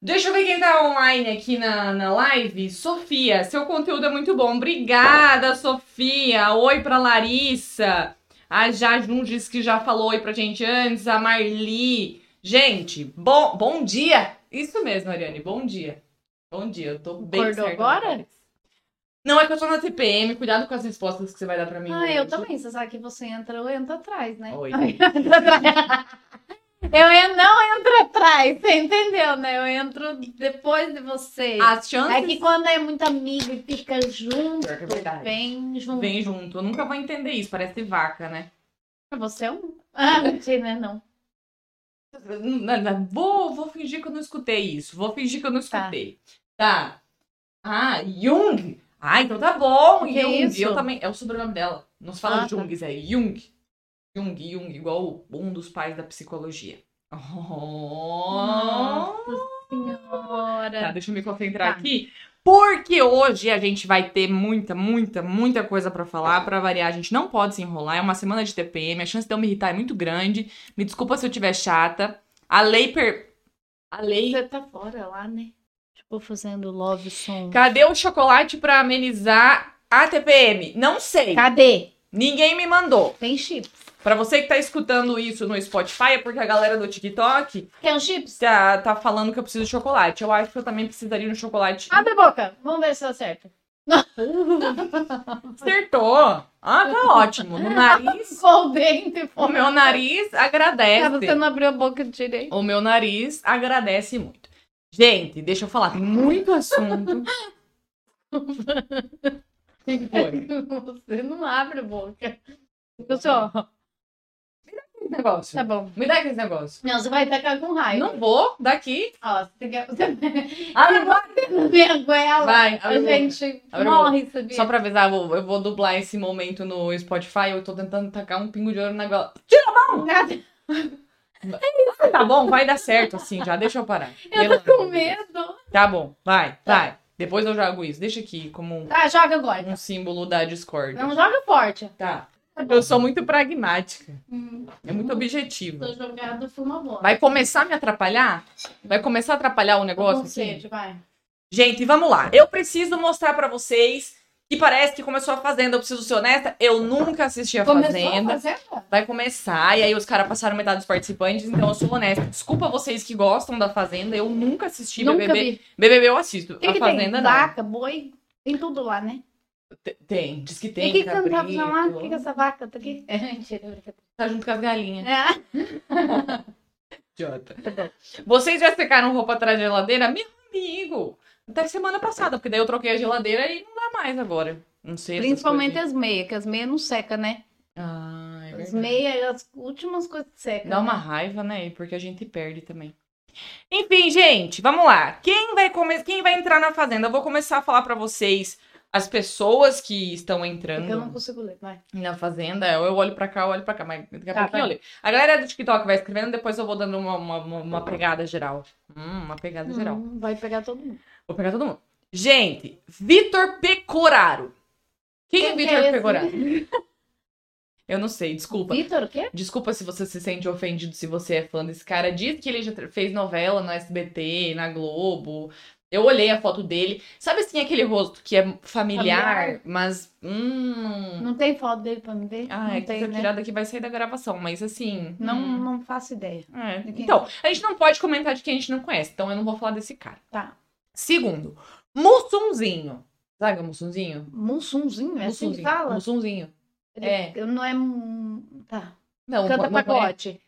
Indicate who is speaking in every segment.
Speaker 1: Deixa eu ver quem tá online aqui na, na live. Sofia, seu conteúdo é muito bom. Obrigada, Sofia. Oi pra Larissa. A Jajun disse que já falou oi pra gente antes. A Marli. Gente, bom, bom dia. Isso mesmo, Ariane. Bom dia. Bom dia. Eu tô bem né,
Speaker 2: Acordou
Speaker 1: certa
Speaker 2: agora?
Speaker 1: da cabeça. Não, é que eu tô na TPM. Cuidado com as respostas que você vai dar pra mim.
Speaker 2: Ah, eu
Speaker 1: hoje.
Speaker 2: também. Você sabe que você entra, eu entro atrás, né?
Speaker 1: Oi.
Speaker 2: Eu en- não entro atrás, você entendeu, né? Eu entro depois de você.
Speaker 1: As chances
Speaker 2: é que quando é muito amigo e fica junto,
Speaker 1: Pior que é verdade.
Speaker 2: vem junto.
Speaker 1: vem junto. Eu nunca vou entender isso. Parece vaca, né?
Speaker 2: Você é um. Ah, mentira, não.
Speaker 1: Não, não, Vou, vou fingir que eu não escutei isso. Vou fingir que eu não escutei. Tá. Ah, Jung. Ah, então tá bom.
Speaker 2: Que
Speaker 1: Jung.
Speaker 2: isso?
Speaker 1: Eu também. É o sobrenome dela. Não se fala
Speaker 2: Ah, tá.
Speaker 1: Jungs, é Jung. Jung, Jung, igual um dos pais da psicologia. Oh.
Speaker 2: Nossa
Speaker 1: Tá,
Speaker 2: senhora.
Speaker 1: deixa eu me concentrar
Speaker 2: É. Tá.
Speaker 1: aqui. Porque hoje a gente vai ter muita, muita, muita coisa pra falar. Pra variar, a gente não pode se enrolar. É uma semana de TPM. A chance de eu me irritar é muito grande. Me desculpa se eu tiver chata. A lei per... A lei...
Speaker 2: Você tá fora lá, né? Tipo, fazendo love song.
Speaker 1: Cadê o chocolate pra amenizar a TPM? Não sei.
Speaker 2: Cadê?
Speaker 1: Ninguém me mandou.
Speaker 2: Tem chips.
Speaker 1: Pra você que tá escutando isso no Spotify, é porque a galera do TikTok
Speaker 2: Quer um chips?
Speaker 1: tá, tá falando que eu preciso de chocolate. Eu acho que eu também precisaria de um chocolate.
Speaker 2: Abre a boca. Vamos ver se eu acerto.
Speaker 1: Acertou! Ah, tá ótimo. No nariz...
Speaker 2: Sou o dente.
Speaker 1: O meu nariz agradece.
Speaker 2: Cara, É, você não abriu a boca direito.
Speaker 1: O meu nariz agradece muito. Gente, deixa eu falar, tem muito assunto. O que que foi?
Speaker 2: Você não abre a boca. Eu só, ó,
Speaker 1: Esse um negócio.
Speaker 2: tá bom.
Speaker 1: Me dá aquele negócio.
Speaker 2: Não, você vai tacar com raiva.
Speaker 1: Não vou, daqui.
Speaker 2: Ó, você quer... Você
Speaker 1: Abre a boca.
Speaker 2: Ah, não me aguela.
Speaker 1: Vai,
Speaker 2: A
Speaker 1: abre a boca.
Speaker 2: gente
Speaker 1: Abre a
Speaker 2: morre, sabia?
Speaker 1: Só pra avisar, eu vou, eu vou dublar esse momento no Spotify. Eu tô tentando tacar um pingo de ouro na gola.
Speaker 2: Nada.
Speaker 1: Tá bom, vai dar certo assim já. Deixa eu parar.
Speaker 2: Eu tô com medo.
Speaker 1: Tá bom, vai, vai. Depois eu jogo isso. Deixa aqui como um,
Speaker 2: Tá, joga agora.
Speaker 1: um símbolo da Discord.
Speaker 2: Não joga forte.
Speaker 1: Tá. Eu sou muito pragmática.
Speaker 2: Hum,
Speaker 1: É muito objetiva.
Speaker 2: tô jogando fuma boa.
Speaker 1: Vai começar a me atrapalhar? Vai começar a atrapalhar o negócio?
Speaker 2: com
Speaker 1: Assim?
Speaker 2: sede, Um vai.
Speaker 1: Gente, vamos lá. Eu preciso mostrar pra vocês que parece que começou a Fazenda. Eu preciso ser honesta. Eu nunca assisti a Fazenda.
Speaker 2: a fazenda?
Speaker 1: Vai começar, e aí os caras passaram metade dos participantes, então eu sou honesta. Desculpa vocês que gostam da Fazenda, eu nunca assisti
Speaker 2: Nunca
Speaker 1: BBB.
Speaker 2: vi.
Speaker 1: BBB eu assisto,
Speaker 2: O que,
Speaker 1: a
Speaker 2: que tem?
Speaker 1: Fazenda não.
Speaker 2: Vaca, boi? Tem tudo lá, né?
Speaker 1: T- Tem, diz que
Speaker 2: E
Speaker 1: tem,
Speaker 2: o que, que você não tava
Speaker 1: cabrito.
Speaker 2: chamando? O que, que essa vaca tá aqui? É, mentira. brincadeira.
Speaker 1: Tá junto com as galinhas.
Speaker 2: É.
Speaker 1: Idiota. Vocês já secaram roupa atrás da geladeira? Meu amigo! Até semana passada, porque daí eu troquei a geladeira e não dá mais agora. Não sei. essas
Speaker 2: Principalmente
Speaker 1: coisas.
Speaker 2: as meias, que as meias não seca, né?
Speaker 1: Ah, é
Speaker 2: As
Speaker 1: verdade.
Speaker 2: meias, as últimas coisas que secam.
Speaker 1: Dá uma raiva, né? Porque a gente perde também. Enfim, gente, vamos lá. Quem vai, come... Quem vai entrar na fazenda? Eu vou começar a falar pra vocês as pessoas que estão entrando
Speaker 2: Porque eu não consigo ler, vai.
Speaker 1: na fazenda. Eu eu olho pra cá, eu olho pra cá, mas daqui a
Speaker 2: Tá,
Speaker 1: pouquinho eu
Speaker 2: vai.
Speaker 1: leio. A galera do TikTok vai escrevendo, depois eu vou dando uma, uma, uma- uma pegada geral. Hum, uma pegada geral.
Speaker 2: Hum, vai pegar todo mundo.
Speaker 1: Vou pegar todo mundo. Gente, Vitor Pecoraro. Quem, é Vitor
Speaker 2: esse?
Speaker 1: Pecoraro? Eu não sei, desculpa.
Speaker 2: Vitor, o quê?
Speaker 1: Desculpa se você se sente ofendido se você é fã desse cara. Diz que ele já tra- fez novela no SBT, na Globo. Eu olhei a foto dele. Sabe assim, aquele rosto que é familiar,
Speaker 2: Familiar.
Speaker 1: mas. Hum.
Speaker 2: Não tem foto dele pra me ver?
Speaker 1: Ah,
Speaker 2: não
Speaker 1: é que
Speaker 2: tem,
Speaker 1: se eu
Speaker 2: né?
Speaker 1: tirar daqui vai sair da gravação, mas assim.
Speaker 2: Não,
Speaker 1: hum.
Speaker 2: não faço ideia.
Speaker 1: É.
Speaker 2: Entendi.
Speaker 1: Então, a gente não pode comentar de quem a gente não conhece, então eu não vou falar desse cara.
Speaker 2: Tá.
Speaker 1: Segundo, Mussunzinho. Sabe o Mussunzinho?
Speaker 2: Mussunzinho, é assim que
Speaker 1: Mussunzinho.
Speaker 2: fala?
Speaker 1: Mussunzinho.
Speaker 2: Ele-
Speaker 1: é.
Speaker 2: Não é... um- Tá.
Speaker 1: Não,
Speaker 2: Canta
Speaker 1: não é-
Speaker 2: pacote.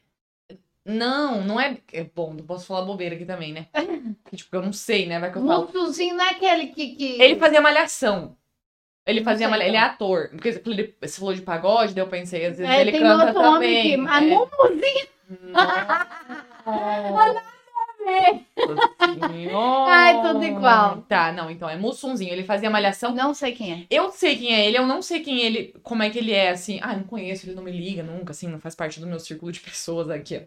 Speaker 1: Não, não é. é bom, não posso falar bobeira aqui também, né? Porque, tipo, eu não sei, né? Vai que eu falo.
Speaker 2: Mussunzinho não é aquele que... que...
Speaker 1: Ele fazia malhação. Ele
Speaker 2: Não
Speaker 1: fazia
Speaker 2: sei,
Speaker 1: malha... Ele é
Speaker 2: então.
Speaker 1: ator. Porque você falou de- você falou de pagode, daí eu pensei, às vezes
Speaker 2: É,
Speaker 1: ele
Speaker 2: tem
Speaker 1: canta
Speaker 2: outro homem
Speaker 1: também.
Speaker 2: que... Ah,
Speaker 1: é.
Speaker 2: Mumuzinho.
Speaker 1: Nossa Senhora.
Speaker 2: Ai, tudo igual.
Speaker 1: Tá, não, então é Mussunzinho. Ele fazia malhação.
Speaker 2: Não sei quem é.
Speaker 1: Eu sei quem é ele, eu não sei quem ele, como é que ele é, assim. Ah, não conheço, ele não me liga nunca, assim, não faz parte do meu círculo de pessoas aqui.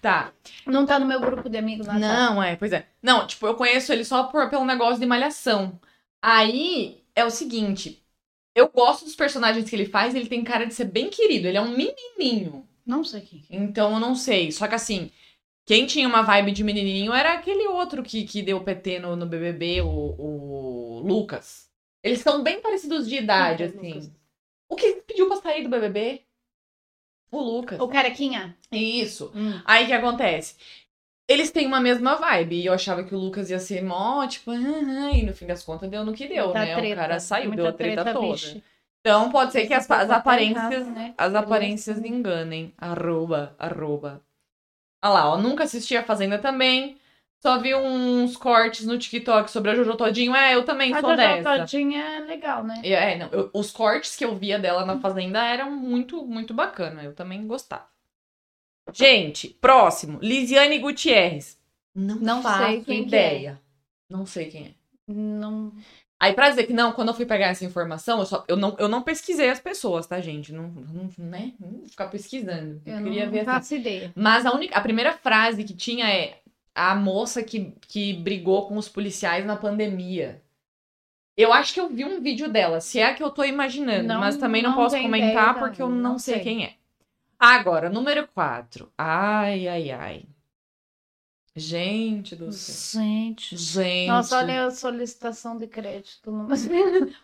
Speaker 1: Tá.
Speaker 2: Não tá no meu grupo de amigos lá. tá?
Speaker 1: Não, é, pois é. Não, tipo, eu conheço ele só por, pelo negócio de malhação. Aí é o seguinte: eu gosto dos personagens que ele faz, ele tem cara de ser bem querido, ele é um menininho.
Speaker 2: Não sei quem é.
Speaker 1: Então eu não sei. Só que assim, Quem tinha uma vibe de menininho era aquele outro que, que deu PT no, no BBB, o, o Lucas. Eles são bem parecidos de idade,
Speaker 2: Lucas,
Speaker 1: assim.
Speaker 2: Lucas.
Speaker 1: O que pediu pra sair do BBB? O Lucas.
Speaker 2: O carequinha.
Speaker 1: Isso. Aí o que acontece? Eles têm uma mesma vibe. E eu achava que o Lucas ia ser mó, tipo, aham, e no fim das contas deu no que deu,
Speaker 2: Muita
Speaker 1: né?
Speaker 2: treta,
Speaker 1: o cara saiu,
Speaker 2: muita
Speaker 1: deu a treta, toda.
Speaker 2: vixe.
Speaker 1: Então pode ser que as, as
Speaker 2: Tá
Speaker 1: aparências.
Speaker 2: errado, né?
Speaker 1: As aparências enganem. Arroba, arroba. Olha lá, ó. Nunca assisti a Fazenda também. Só vi uns cortes no TikTok sobre a Jojo Todinho. É, eu também
Speaker 2: A
Speaker 1: sou
Speaker 2: Jojo
Speaker 1: dessa.
Speaker 2: Todinha é legal, né?
Speaker 1: E, É, não, eu- os cortes que eu via dela na Fazenda eram muito, muito bacana. Eu também gostava. Gente, próximo. Lisiane Gutierrez. Não,
Speaker 2: Não
Speaker 1: faço
Speaker 2: sei quem que é.
Speaker 1: ideia. Não sei quem é.
Speaker 2: Não...
Speaker 1: Aí, pra dizer que não, quando eu fui pegar essa informação, eu, só, eu, não, eu não pesquisei as pessoas, tá, gente? Não, não né? Não vou ficar pesquisando. Eu,
Speaker 2: Eu
Speaker 1: queria
Speaker 2: não
Speaker 1: ver assim.
Speaker 2: faço ideia.
Speaker 1: Mas a, única, a primeira frase que tinha é a moça que, que brigou com os policiais na pandemia. Eu acho que eu vi um vídeo dela, se é a que eu tô imaginando,
Speaker 2: Não-
Speaker 1: mas também não,
Speaker 2: não
Speaker 1: posso
Speaker 2: tenho
Speaker 1: comentar
Speaker 2: ideia,
Speaker 1: porque eu
Speaker 2: não,
Speaker 1: não,
Speaker 2: não
Speaker 1: sei
Speaker 2: sei.
Speaker 1: quem é. Agora, número 4. Ai, ai, ai. Gente do céu.
Speaker 2: Gente.
Speaker 1: Gente.
Speaker 2: Nossa, olha a solicitação de crédito. no-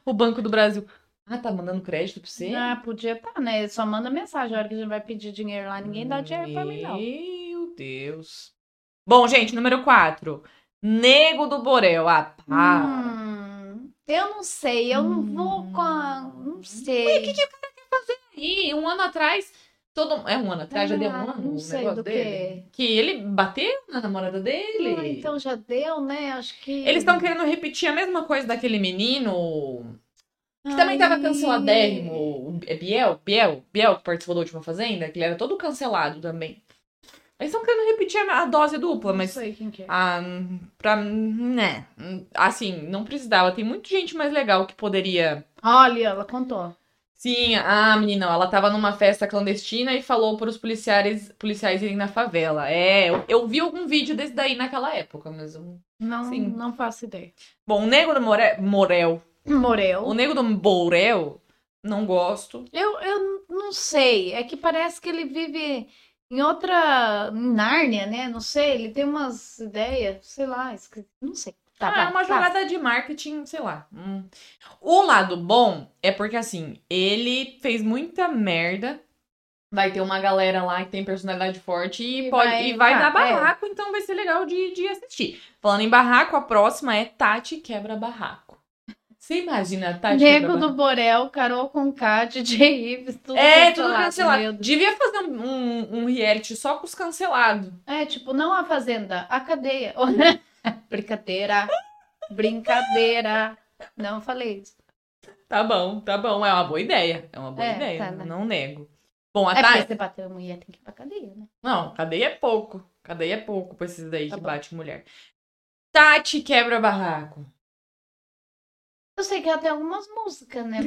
Speaker 1: O Banco do Brasil. Ah, tá mandando crédito pra você?
Speaker 2: Ah, podia estar, tá, né? Só manda mensagem a hora que a gente vai pedir dinheiro lá. Ninguém dá dinheiro pra mim, não.
Speaker 1: Meu Deus. Bom, gente, número 4. Nego do Borel. Ah, para.
Speaker 2: Hum, eu não sei, eu não vou com a... Não sei.
Speaker 1: E um ano atrás, todo é um ano atrás, já deu um
Speaker 2: Ah,
Speaker 1: ano
Speaker 2: não
Speaker 1: o
Speaker 2: sei
Speaker 1: negócio
Speaker 2: do
Speaker 1: dele. Que ele bateu na namorada dele.
Speaker 2: Ah, então já deu, né? Acho que...
Speaker 1: Eles estão querendo repetir a mesma coisa daquele menino que também tava
Speaker 2: Ai.
Speaker 1: canceladérrimo. o- É Biel? Biel? Biel que participou da última fazenda, que ele era todo cancelado também. Eles estão querendo repetir a a dose dupla,
Speaker 2: Não
Speaker 1: mas
Speaker 2: sei quem que é.
Speaker 1: Ah, pra. né. Assim, não precisava. Tem muita gente mais legal que poderia.
Speaker 2: Olha, ela contou.
Speaker 1: Sim, a menina, ela tava numa festa clandestina e falou para os policiais, policiais irem na favela. É, eu, eu vi algum vídeo desse daí naquela época, mas. eu-
Speaker 2: Não,
Speaker 1: Sim.
Speaker 2: não faço ideia.
Speaker 1: Bom, o Nego do More- Morel. O
Speaker 2: Morel.
Speaker 1: Nego do Borel, não gosto.
Speaker 2: Eu, eu não sei. É que parece que ele vive em outra. Em Nárnia, né? Não sei. Ele tem umas ideias, sei lá. esqui- Não sei. Tá,
Speaker 1: Ah,
Speaker 2: vai,
Speaker 1: é uma
Speaker 2: passa.
Speaker 1: jogada de marketing, sei lá. Hum. O lado bom é porque, assim, ele fez muita merda. Vai ter uma galera lá que tem personalidade forte e,
Speaker 2: E
Speaker 1: pode,
Speaker 2: vai
Speaker 1: e vai dar
Speaker 2: entrar, é.
Speaker 1: barraco, então vai ser legal de, de assistir. Falando em barraco, a próxima é Tati Quebra Barraco. Você imagina a Tati
Speaker 2: Nego
Speaker 1: Quebra
Speaker 2: do Borel, Carol Conká, DJ Ives, tudo
Speaker 1: É, tudo
Speaker 2: cancelado, meu
Speaker 1: cancelado.
Speaker 2: Deus.
Speaker 1: Devia fazer um, um, um reality só com os cancelados.
Speaker 2: É, tipo, não a fazenda, a cadeia. Brincadeira. Brincadeira. Não falei isso.
Speaker 1: Tá bom, tá bom. É uma boa ideia. É uma boa
Speaker 2: É,
Speaker 1: ideia.
Speaker 2: tá, né?
Speaker 1: Não nego. Bom, a
Speaker 2: É
Speaker 1: Tati.
Speaker 2: porque você bateu a mulher, tem que ir pra cadeia, né?
Speaker 1: Não, cadeia é pouco. Cadeia é pouco pra esses daí
Speaker 2: Tá
Speaker 1: que
Speaker 2: bom.
Speaker 1: bate mulher. Tati quebra barraco.
Speaker 2: Eu sei que ela tem algumas músicas, né?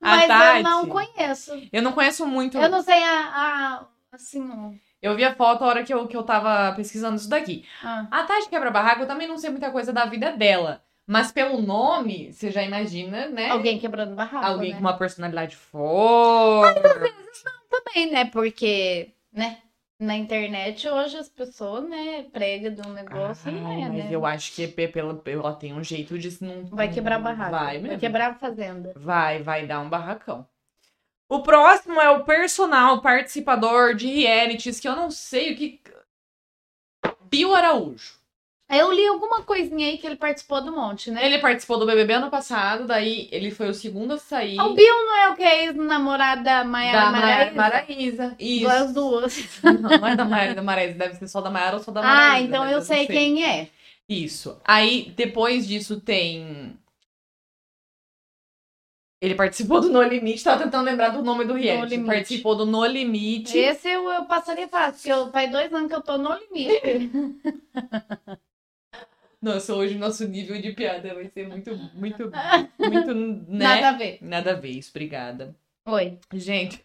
Speaker 1: A
Speaker 2: Mas
Speaker 1: Tati.
Speaker 2: eu não conheço.
Speaker 1: Eu não conheço muito.
Speaker 2: Eu não sei a. a assim, o-
Speaker 1: Eu vi a foto a hora que eu, que eu tava pesquisando isso daqui.
Speaker 2: ah,
Speaker 1: A Tati quebra barraco, eu também não sei muita coisa da vida dela. Mas pelo nome, você já imagina, né?
Speaker 2: alguém quebrando barraco.
Speaker 1: Alguém
Speaker 2: né?
Speaker 1: com uma personalidade forte.
Speaker 2: Também, né? Porque, né? Na internet hoje as pessoas, né? Pregam de um negócio e não
Speaker 1: Ai,
Speaker 2: é,
Speaker 1: Ah, mas
Speaker 2: né?
Speaker 1: eu acho que é pela, ela tem um jeito de se não.
Speaker 2: Vai quebrar barraco.
Speaker 1: Vai mesmo.
Speaker 2: vai quebrar a fazenda.
Speaker 1: Vai, vai dar um barracão. O próximo é o personal participador de realities, que eu não sei o que. Bio Araújo.
Speaker 2: Aí eu li alguma coisinha aí que ele participou do monte, né?
Speaker 1: Ele participou do BBB ano passado, daí ele foi o segundo a sair
Speaker 2: O Bill É não é o que é ex-namorado da
Speaker 1: da
Speaker 2: Maiara
Speaker 1: Mara-
Speaker 2: Maraíza?
Speaker 1: Maraísa. Isso.
Speaker 2: Das duas.
Speaker 1: Não, não é da Maiara da Maraísa, deve ser só da Maiara ou só da Maraísa.
Speaker 2: Ah, então
Speaker 1: mas né?
Speaker 2: eu
Speaker 1: não
Speaker 2: sei quem é.
Speaker 1: Isso. Aí, depois disso, tem. Ele participou do No Limite, tava tentando lembrar do nome do reality.
Speaker 2: Limite.
Speaker 1: participou do No Limite.
Speaker 2: Esse é eu, eu passaria fácil, porque eu, faz dois anos que eu tô no limite.
Speaker 1: Nossa, hoje o nosso nível de piada vai ser muito, muito, muito, né?
Speaker 2: Nada a ver.
Speaker 1: Nada a ver, isso, obrigada.
Speaker 2: Oi.
Speaker 1: Gente.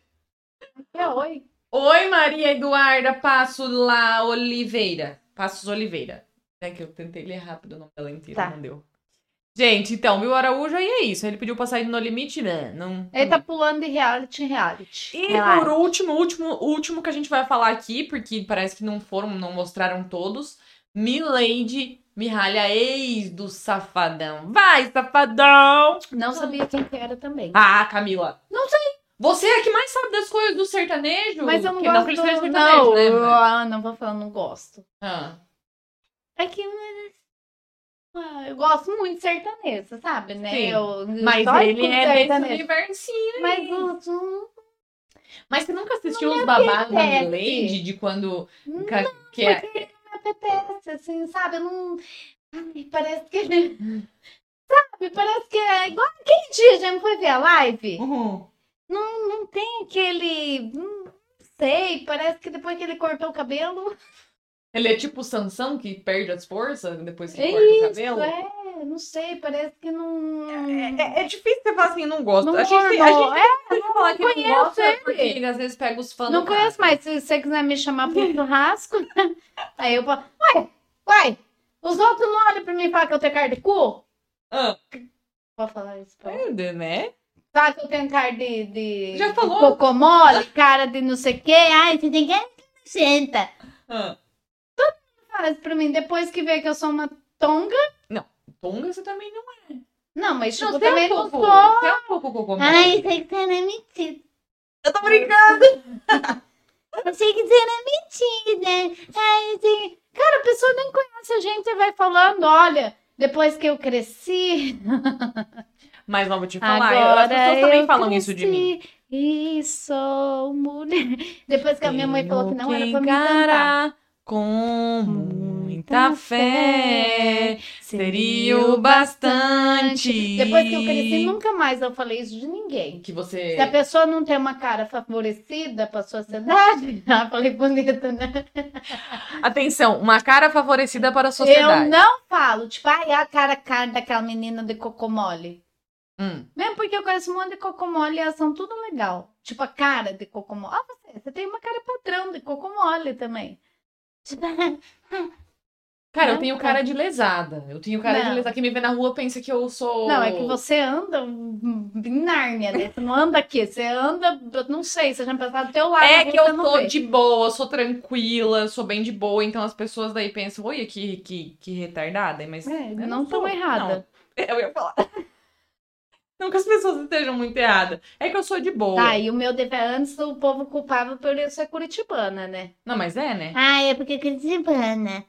Speaker 2: É, oi.
Speaker 1: Oi, Maria Eduarda Passos lá Oliveira. Passos Oliveira. É que eu tentei ler rápido o nome dela inteira,
Speaker 2: Tá.
Speaker 1: não deu. Gente, então, viu Araújo aí é isso. Ele pediu pra sair do no limite, né? Não.
Speaker 2: Ele tá pulando de reality em reality.
Speaker 1: E
Speaker 2: Relaxa.
Speaker 1: por último, último, último que a gente vai falar aqui, porque parece que não foram, não mostraram todos. Milady Mihalha, ex do Safadão. Vai, Safadão!
Speaker 2: Não sabia quem que era também.
Speaker 1: Ah, Camila. Não sei. Você é que mais sabe das coisas do sertanejo.
Speaker 2: Mas eu não
Speaker 1: Porque
Speaker 2: gosto.
Speaker 1: que ele
Speaker 2: Não,
Speaker 1: seja sertanejo, né?
Speaker 2: eu-
Speaker 1: mas-
Speaker 2: ah, não vou falar, não gosto.
Speaker 1: Ah.
Speaker 2: É que ah, eu gosto muito de sertanejo, você sabe, né?
Speaker 1: Sim.
Speaker 2: Eu, eu
Speaker 1: Mas
Speaker 2: só
Speaker 1: ele
Speaker 2: escuto
Speaker 1: é desse
Speaker 2: sertanejo.
Speaker 1: universinho.
Speaker 2: Mas os- hum,
Speaker 1: Mas você nunca assistiu os babados da
Speaker 2: apetece.
Speaker 1: Milady de quando.
Speaker 2: Não,
Speaker 1: ca- que é-
Speaker 2: me apetece, assim, sabe? Eu não. Ai, parece que. sabe? Parece que é igual aquele dia, já não foi ver a live?
Speaker 1: Uhum.
Speaker 2: Não, não tem aquele. hum, Não sei, parece que depois que ele cortou o cabelo.
Speaker 1: Ele é tipo o Sansão que perde as forças depois que
Speaker 2: É
Speaker 1: corta o
Speaker 2: Isso,
Speaker 1: cabelo.
Speaker 2: é, não sei, parece que não.
Speaker 1: É, é difícil você falar assim, não gosto.
Speaker 2: Não
Speaker 1: a gente, tem- a
Speaker 2: ornou.
Speaker 1: gente tem que falar que não
Speaker 2: conheço
Speaker 1: gosta,
Speaker 2: ele.
Speaker 1: porque às vezes pega os fãs
Speaker 2: Não
Speaker 1: do
Speaker 2: conheço mais. Se você quiser me chamar pro churrasco, aí eu falo, uai, uai, os outros não olham pra mim e falam que eu tenho cara de cu?
Speaker 1: Ah.
Speaker 2: Pode falar isso, pode.
Speaker 1: cara, né?
Speaker 2: Fala que eu tenho cara de, de-
Speaker 1: Já
Speaker 2: de
Speaker 1: falou?
Speaker 2: cocô mole, cara de não sei o quê. Ai, você tem cara de nojenta.
Speaker 1: Ah,
Speaker 2: Fala isso pra mim. Depois que vê que eu sou uma tonga...
Speaker 1: Tonga você também não.
Speaker 2: Não, mas tipo,
Speaker 1: Não, você é
Speaker 2: também
Speaker 1: um
Speaker 2: não
Speaker 1: pouco.
Speaker 2: sou.
Speaker 1: Você é um pouco cocô.
Speaker 2: Ai, sei que você não é mentira.
Speaker 1: eu tô brincando.
Speaker 2: Eu sei que você não é mentira. Ai, sei... Cara, a pessoa nem conhece a gente e vai falando, olha... Depois que eu cresci,
Speaker 1: Mas não vou te falar. eu-
Speaker 2: Agora
Speaker 1: as pessoas também
Speaker 2: eu
Speaker 1: falam isso de mim.
Speaker 2: cresci E sou mulher. Depois que a minha mãe falou que não era pra
Speaker 1: Tenho
Speaker 2: me
Speaker 1: que
Speaker 2: cantar.
Speaker 1: encarar Com muita fé, seria o bastante.
Speaker 2: Depois que eu cresci, nunca mais eu falei isso de ninguém.
Speaker 1: Que você.
Speaker 2: Se a pessoa não tem uma cara favorecida pra sociedade, ah, falei bonita, né?
Speaker 1: Atenção, uma cara favorecida para a
Speaker 2: Eu
Speaker 1: sociedade.
Speaker 2: não falo, tipo, ai, a cara, cara daquela menina de cocô mole.
Speaker 1: Hum,
Speaker 2: Mesmo porque eu conheço um monte de cocô mole e elas são tudo legal. Tipo, a cara de cocô mole. Ah, você, você tem uma cara padrão de cocô mole também. Tipo,
Speaker 1: Cara, eu
Speaker 2: Não,
Speaker 1: tenho
Speaker 2: tá.
Speaker 1: cara de lesada. Eu tenho cara de
Speaker 2: Não.
Speaker 1: lesada. Quem me vê na rua pensa que eu sou.
Speaker 2: Não, é que você anda em Nárnia, né? Você não anda aqui, você anda, eu não sei, você já passou do teu lado.
Speaker 1: É
Speaker 2: você
Speaker 1: que eu
Speaker 2: não
Speaker 1: tô
Speaker 2: vê.
Speaker 1: de boa, sou tranquila, sou bem de boa, então as pessoas daí pensam, olha que, que, que retardada, mas
Speaker 2: É,
Speaker 1: Eu
Speaker 2: não,
Speaker 1: não
Speaker 2: tão
Speaker 1: sou,
Speaker 2: errada.
Speaker 1: eu ia falar. Não que as pessoas estejam muito erradas. É que eu sou de boa.
Speaker 2: Tá, e o meu dever antes, o povo culpava por eu ser curitibana, né?
Speaker 1: Não, mas é, né?
Speaker 2: Ah, é porque é curitibana.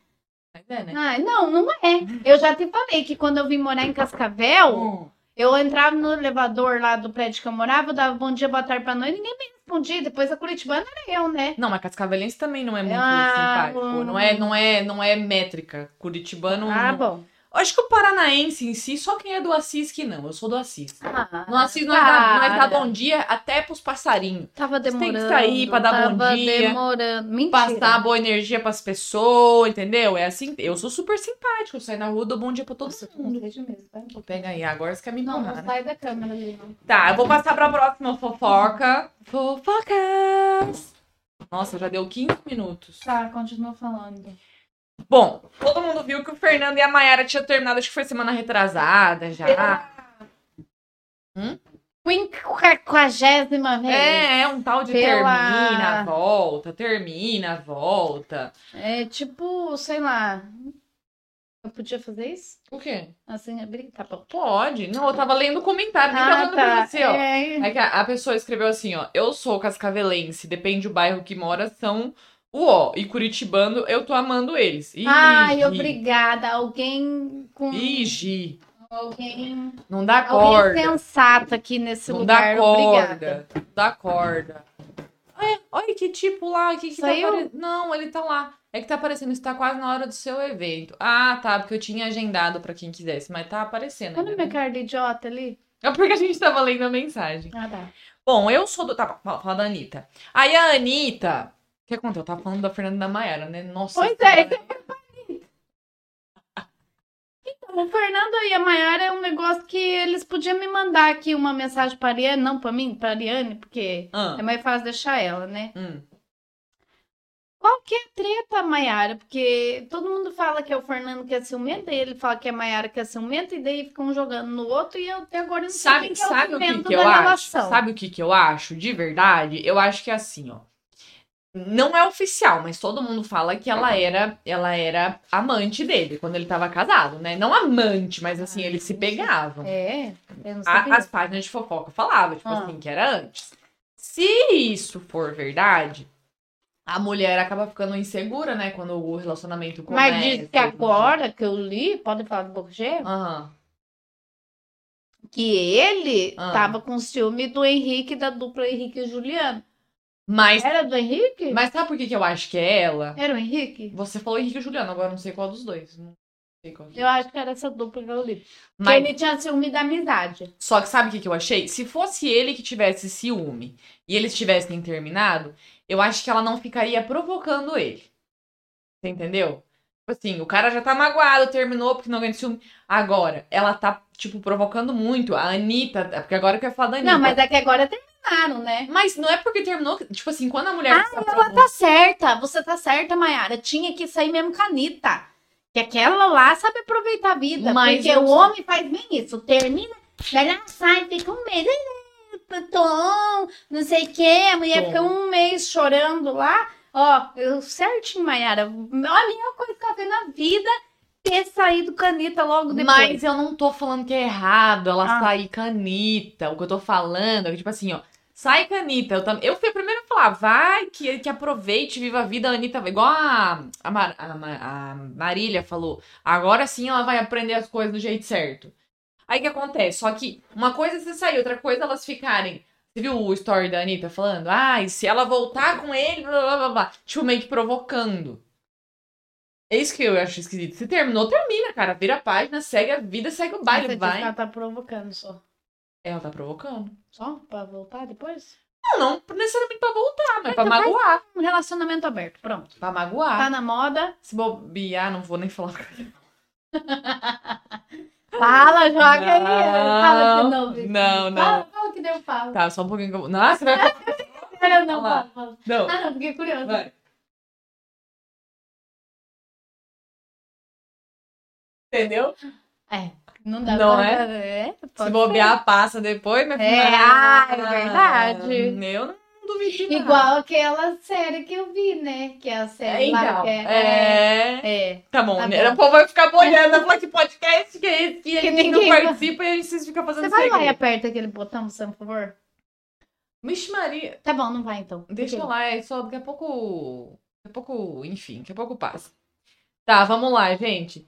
Speaker 1: Mas é, né?
Speaker 2: Ah, não, não é. Eu já te falei que quando eu vim morar em Cascavel,
Speaker 1: Hum.
Speaker 2: eu entrava no elevador lá do prédio que eu morava, eu dava bom dia, boa tarde, boa noite, ninguém me respondia. Depois a curitibana era eu, né?
Speaker 1: Não, mas cascavelense também não é muito
Speaker 2: Ah,
Speaker 1: simpático.
Speaker 2: hum.
Speaker 1: Não é, não, é, não é métrica. Curitibano.
Speaker 2: Ah,
Speaker 1: não-
Speaker 2: bom.
Speaker 1: Acho que o paranaense em si, só quem é do Assis que não. Eu sou do Assis.
Speaker 2: Ah,
Speaker 1: No Assis é nós dá, nós dá
Speaker 2: para.
Speaker 1: bom um dia até pros passarinhos.
Speaker 2: Tava
Speaker 1: Você tem que
Speaker 2: demorando.
Speaker 1: sair pra dar bom
Speaker 2: tava
Speaker 1: dia,
Speaker 2: demorando. Mentira.
Speaker 1: Passar boa energia pras pessoas, entendeu? É assim. Eu sou super simpático. Eu saio na rua, dou bom dia pra todo
Speaker 2: Nossa, com
Speaker 1: mundo.
Speaker 2: sede mesmo. vai um pouco.
Speaker 1: Pega aí, agora você quer me
Speaker 2: Não, tá
Speaker 1: empurrar,
Speaker 2: não
Speaker 1: né?
Speaker 2: sai da câmera ali, não.
Speaker 1: Tá, eu vou passar pra próxima fofoca. Fofocas! Nossa, já deu 15 minutos.
Speaker 2: Tá, continua falando.
Speaker 1: Bom, todo mundo viu que o Fernando e a Mayara tinham terminado, acho que foi semana retrasada já.
Speaker 2: Quinquagésima vez.
Speaker 1: Hum? É, é um tal de
Speaker 2: Pela-
Speaker 1: termina, volta, termina, volta.
Speaker 2: É tipo, sei lá. Eu podia fazer isso?
Speaker 1: O quê?
Speaker 2: Assim, abrir? Tá bom.
Speaker 1: Pode. Não, eu tava lendo o comentário, nem tava
Speaker 2: Ah,
Speaker 1: lendo pra
Speaker 2: tá.
Speaker 1: você, ó.
Speaker 2: É.
Speaker 1: É que a, a pessoa escreveu assim, ó. Eu sou cascavelense, depende do bairro que mora, são o ó. E curitibano, eu tô amando eles. Ih,
Speaker 2: Ai,
Speaker 1: Gi.
Speaker 2: obrigada. Alguém com.
Speaker 1: Ih, Gi.
Speaker 2: Alguém.
Speaker 1: Não dá
Speaker 2: Alguém
Speaker 1: corda.
Speaker 2: sensato aqui nesse
Speaker 1: Não
Speaker 2: lugar.
Speaker 1: dá
Speaker 2: Obrigada.
Speaker 1: corda. Não dá corda. Olha, olha que tipo lá, que, que tá
Speaker 2: Saiu?
Speaker 1: apare- Não, ele tá lá. É que tá aparecendo, está quase na hora do seu evento. Ah, tá, porque eu tinha agendado pra quem quisesse, mas tá aparecendo.
Speaker 2: Olha
Speaker 1: ainda,
Speaker 2: a minha
Speaker 1: né?
Speaker 2: cara de idiota ali.
Speaker 1: É porque a gente tava lendo a mensagem.
Speaker 2: Ah, tá.
Speaker 1: Bom, eu sou do. Tá, fala fala da Anitta. Aí a Anitta. O que aconteceu? Eu tava falando da Fernanda da Maiara, né? Nossa.
Speaker 2: Pois é,
Speaker 1: Senhora.
Speaker 2: esse O Fernando e a Maiara é um negócio que eles podiam me mandar aqui uma mensagem para a Ariane, não para mim, para a Ariane, porque
Speaker 1: Ah,
Speaker 2: um é mais fácil deixar ela, né?
Speaker 1: hum.
Speaker 2: Ô, Qual que é a treta, Maiara? Porque todo mundo fala que é o Fernando que é ciumento, e ele fala que é a Maiara que é ciumento, e daí ficam jogando no outro, e eu até agora não sei
Speaker 1: Sabe,
Speaker 2: quem que é
Speaker 1: sabe o que,
Speaker 2: ciumento
Speaker 1: que eu
Speaker 2: da
Speaker 1: acho?
Speaker 2: relação.
Speaker 1: Sabe o que, que eu acho? De verdade, eu acho que é assim, ó. Não é oficial, mas todo mundo fala que ela era, ela era amante dele quando ele tava casado, né? Não amante, mas assim,
Speaker 2: Ah,
Speaker 1: eles se
Speaker 2: entendi.
Speaker 1: pegavam.
Speaker 2: É, eu não sei
Speaker 1: A-
Speaker 2: quem é.
Speaker 1: as páginas de fofoca falavam, tipo
Speaker 2: Ah.
Speaker 1: assim, que era antes. Se isso for verdade, a mulher acaba ficando insegura, né? Quando o relacionamento começa.
Speaker 2: Mas diz que
Speaker 1: e tudo mais.
Speaker 2: agora que eu li, pode falar do Borges,
Speaker 1: Aham.
Speaker 2: que ele
Speaker 1: Ah.
Speaker 2: tava com ciúme do Henrique, da dupla Henrique e Juliano.
Speaker 1: Mas,
Speaker 2: Era do Henrique?
Speaker 1: mas sabe por que, que eu acho que é ela?
Speaker 2: Era o Henrique?
Speaker 1: Você falou Henrique e Juliano, agora eu não sei qual dos dois. Não sei qual.
Speaker 2: Eu acho que era essa dupla que é eu li. Porque
Speaker 1: Mas,
Speaker 2: ele tinha ciúme da amizade.
Speaker 1: só que sabe o que, que eu achei? Se fosse ele que tivesse ciúme e eles tivessem terminado, eu acho que ela não ficaria provocando ele. Você entendeu? Tipo assim, o cara já tá magoado, terminou porque não ganha de ciúme. Agora, ela tá, tipo, provocando muito. A Anitta, é porque agora eu quero falar da Anitta.
Speaker 2: Não, mas é que agora terminaram, né?
Speaker 1: Mas não é porque terminou. que- Tipo assim, quando a mulher. tá
Speaker 2: Tá certa, você tá certa, Mayara. Tinha que sair mesmo com a Anitta. Que aquela lá sabe aproveitar a vida.
Speaker 1: Mas
Speaker 2: porque
Speaker 1: eu-
Speaker 2: o homem faz bem isso. Termina, daí ela sai, fica um mês. eh, Tom, não sei o quê. A mulher
Speaker 1: Tom.
Speaker 2: fica um mês chorando lá. Ó, eu certinho, Mayara. A melhor coisa que ela fez na vida ter saído com a Anitta logo depois.
Speaker 1: Mas eu não tô falando que é errado ela
Speaker 2: Ah.
Speaker 1: sair canita. O que eu tô falando é que, tipo assim, ó. Sai canita. Eu, tam... eu fui a primeira a falar, vai, que, que aproveite, viva a vida, a Anitta. Igual a, a, Mar- a Ma- a Marília falou. Agora sim ela vai aprender as coisas do jeito certo. Aí o que acontece? Só que uma coisa é você sair, outra coisa é elas ficarem. Você viu o story da Anitta falando? Ai, se ela voltar com ele, blá blá blá blá. Tipo, meio que provocando. É isso que eu acho esquisito. Se terminou, termina, cara. Vira a página, segue a vida, segue o
Speaker 2: Você
Speaker 1: baile,
Speaker 2: diz
Speaker 1: vai.
Speaker 2: que Ela tá provocando só.
Speaker 1: Ela tá provocando.
Speaker 2: Só pra voltar depois?
Speaker 1: Não, não necessariamente pra voltar, mas pra
Speaker 2: Então vai-
Speaker 1: magoar.
Speaker 2: Um relacionamento aberto, pronto.
Speaker 1: Pra magoar.
Speaker 2: Tá na moda.
Speaker 1: Se bobear, não vou nem falar.
Speaker 2: Fala, joga aí.
Speaker 1: Não,
Speaker 2: Fala de novo.
Speaker 1: não, não.
Speaker 2: Fala, fala que deu fala.
Speaker 1: Tá, só um pouquinho que eu vou. Nossa, vai falar.
Speaker 2: Não,
Speaker 1: Fala.
Speaker 2: não, fala, fala.
Speaker 1: Não.
Speaker 2: Ah, não, fiquei curiosa.
Speaker 1: Vai. Entendeu?
Speaker 2: É, não dá
Speaker 1: Não
Speaker 2: pra... É, pode
Speaker 1: Se bobear, passa depois, minha
Speaker 2: É,
Speaker 1: filha.
Speaker 2: ah, é
Speaker 1: Eu não
Speaker 2: verdade.
Speaker 1: duvido.
Speaker 2: ser.
Speaker 1: de nada.
Speaker 2: Igual aquela série que eu vi, né? Que é a
Speaker 1: É,
Speaker 2: série lá
Speaker 1: então.
Speaker 2: que é...
Speaker 1: É.
Speaker 2: É.
Speaker 1: Tá bom,
Speaker 2: Tá
Speaker 1: né?
Speaker 2: bom.
Speaker 1: O povo vai ficar bolhando, vai falar que podcast que é esse, que, a gente
Speaker 2: ninguém
Speaker 1: não
Speaker 2: vai-
Speaker 1: participa e a gente fica fazendo
Speaker 2: Você vai lá e
Speaker 1: segredo.
Speaker 2: aperta aquele botão, Sam, por favor?
Speaker 1: Vixe Maria,
Speaker 2: Tá bom, não vai então.
Speaker 1: deixa
Speaker 2: Fica
Speaker 1: eu
Speaker 2: aí.
Speaker 1: lá, é só daqui a pouco... Daqui a pouco, enfim, daqui a pouco passa. Tá, vamos lá, gente.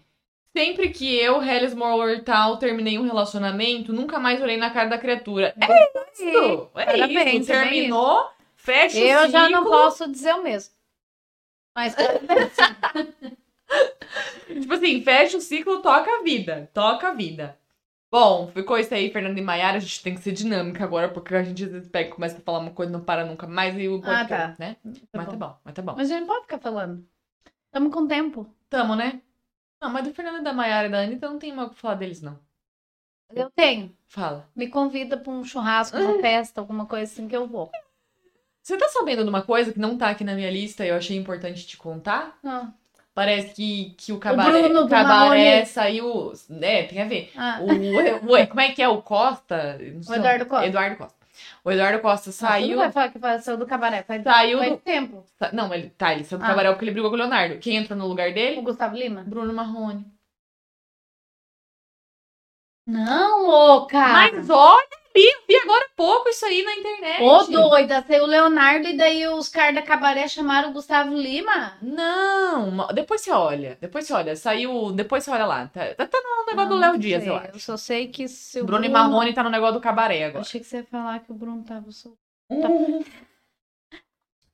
Speaker 1: Sempre que eu, Hellis Mortal, terminei um relacionamento, nunca mais olhei na cara da criatura. É isso! É
Speaker 2: Parabéns,
Speaker 1: isso!
Speaker 2: é bem
Speaker 1: Terminou, fecha o
Speaker 2: Eu já não
Speaker 1: ciclo.
Speaker 2: posso dizer o mesmo. Mas
Speaker 1: Tipo assim, fecha o ciclo, toca a vida. Toca a vida. Bom, ficou isso aí, Fernanda e Maiara. A gente tem que ser dinâmica agora, porque a gente às vezes pega e começa a falar uma coisa e não para nunca mais e o podcast,
Speaker 2: tá.
Speaker 1: né? mas tá bom, mas tá bom.
Speaker 2: Mas a gente pode ficar falando. Estamos com tempo.
Speaker 1: Tamo, né? Não, mas do Fernando da Maiara e da Anitta não tem mal o que falar deles, não.
Speaker 2: Eu tenho.
Speaker 1: Fala.
Speaker 2: Me convida pra um churrasco, uma festa, alguma coisa assim que eu vou.
Speaker 1: Você tá sabendo de uma coisa que não tá aqui na minha lista e eu achei importante te contar?
Speaker 2: Ah,
Speaker 1: Parece que, que o cabaré,
Speaker 2: Bruno do
Speaker 1: cabaré
Speaker 2: Marrone.
Speaker 1: saiu. É, tem a ver.
Speaker 2: ah.
Speaker 1: O, o- como é que é o Costa? Não sei
Speaker 2: O Eduardo Costa.
Speaker 1: Eduardo Costa. O Eduardo Costa
Speaker 2: Você
Speaker 1: saiu.
Speaker 2: não vai falar que passou do cabaré. Faz,
Speaker 1: Saiu
Speaker 2: faz
Speaker 1: do.
Speaker 2: tempo.
Speaker 1: sa- Não, ele tá, ele saiu do
Speaker 2: Ah.
Speaker 1: cabaré porque ele brigou com o Leonardo. Quem entra no lugar
Speaker 2: O
Speaker 1: dele?
Speaker 2: Gustavo Lima?
Speaker 1: Bruno Marrone.
Speaker 2: Não, louca!
Speaker 1: Mas é, olha ali, eu vi agora há pouco isso aí na internet.
Speaker 2: Ô, doida, saiu o Leonardo e daí os caras da cabaré chamaram o Gustavo Lima.
Speaker 1: Não, ma- depois você olha. Depois você olha. Saiu. Depois você olha lá. Tá, tá tá no negócio do Léo Dias,
Speaker 2: sei,
Speaker 1: eu acho.
Speaker 2: só sei que se o
Speaker 1: Bruno e Marrone tá no negócio do cabaré
Speaker 2: Eu
Speaker 1: agora. Tá.
Speaker 2: achei que você ia falar que o Bruno tava solto. Uhum.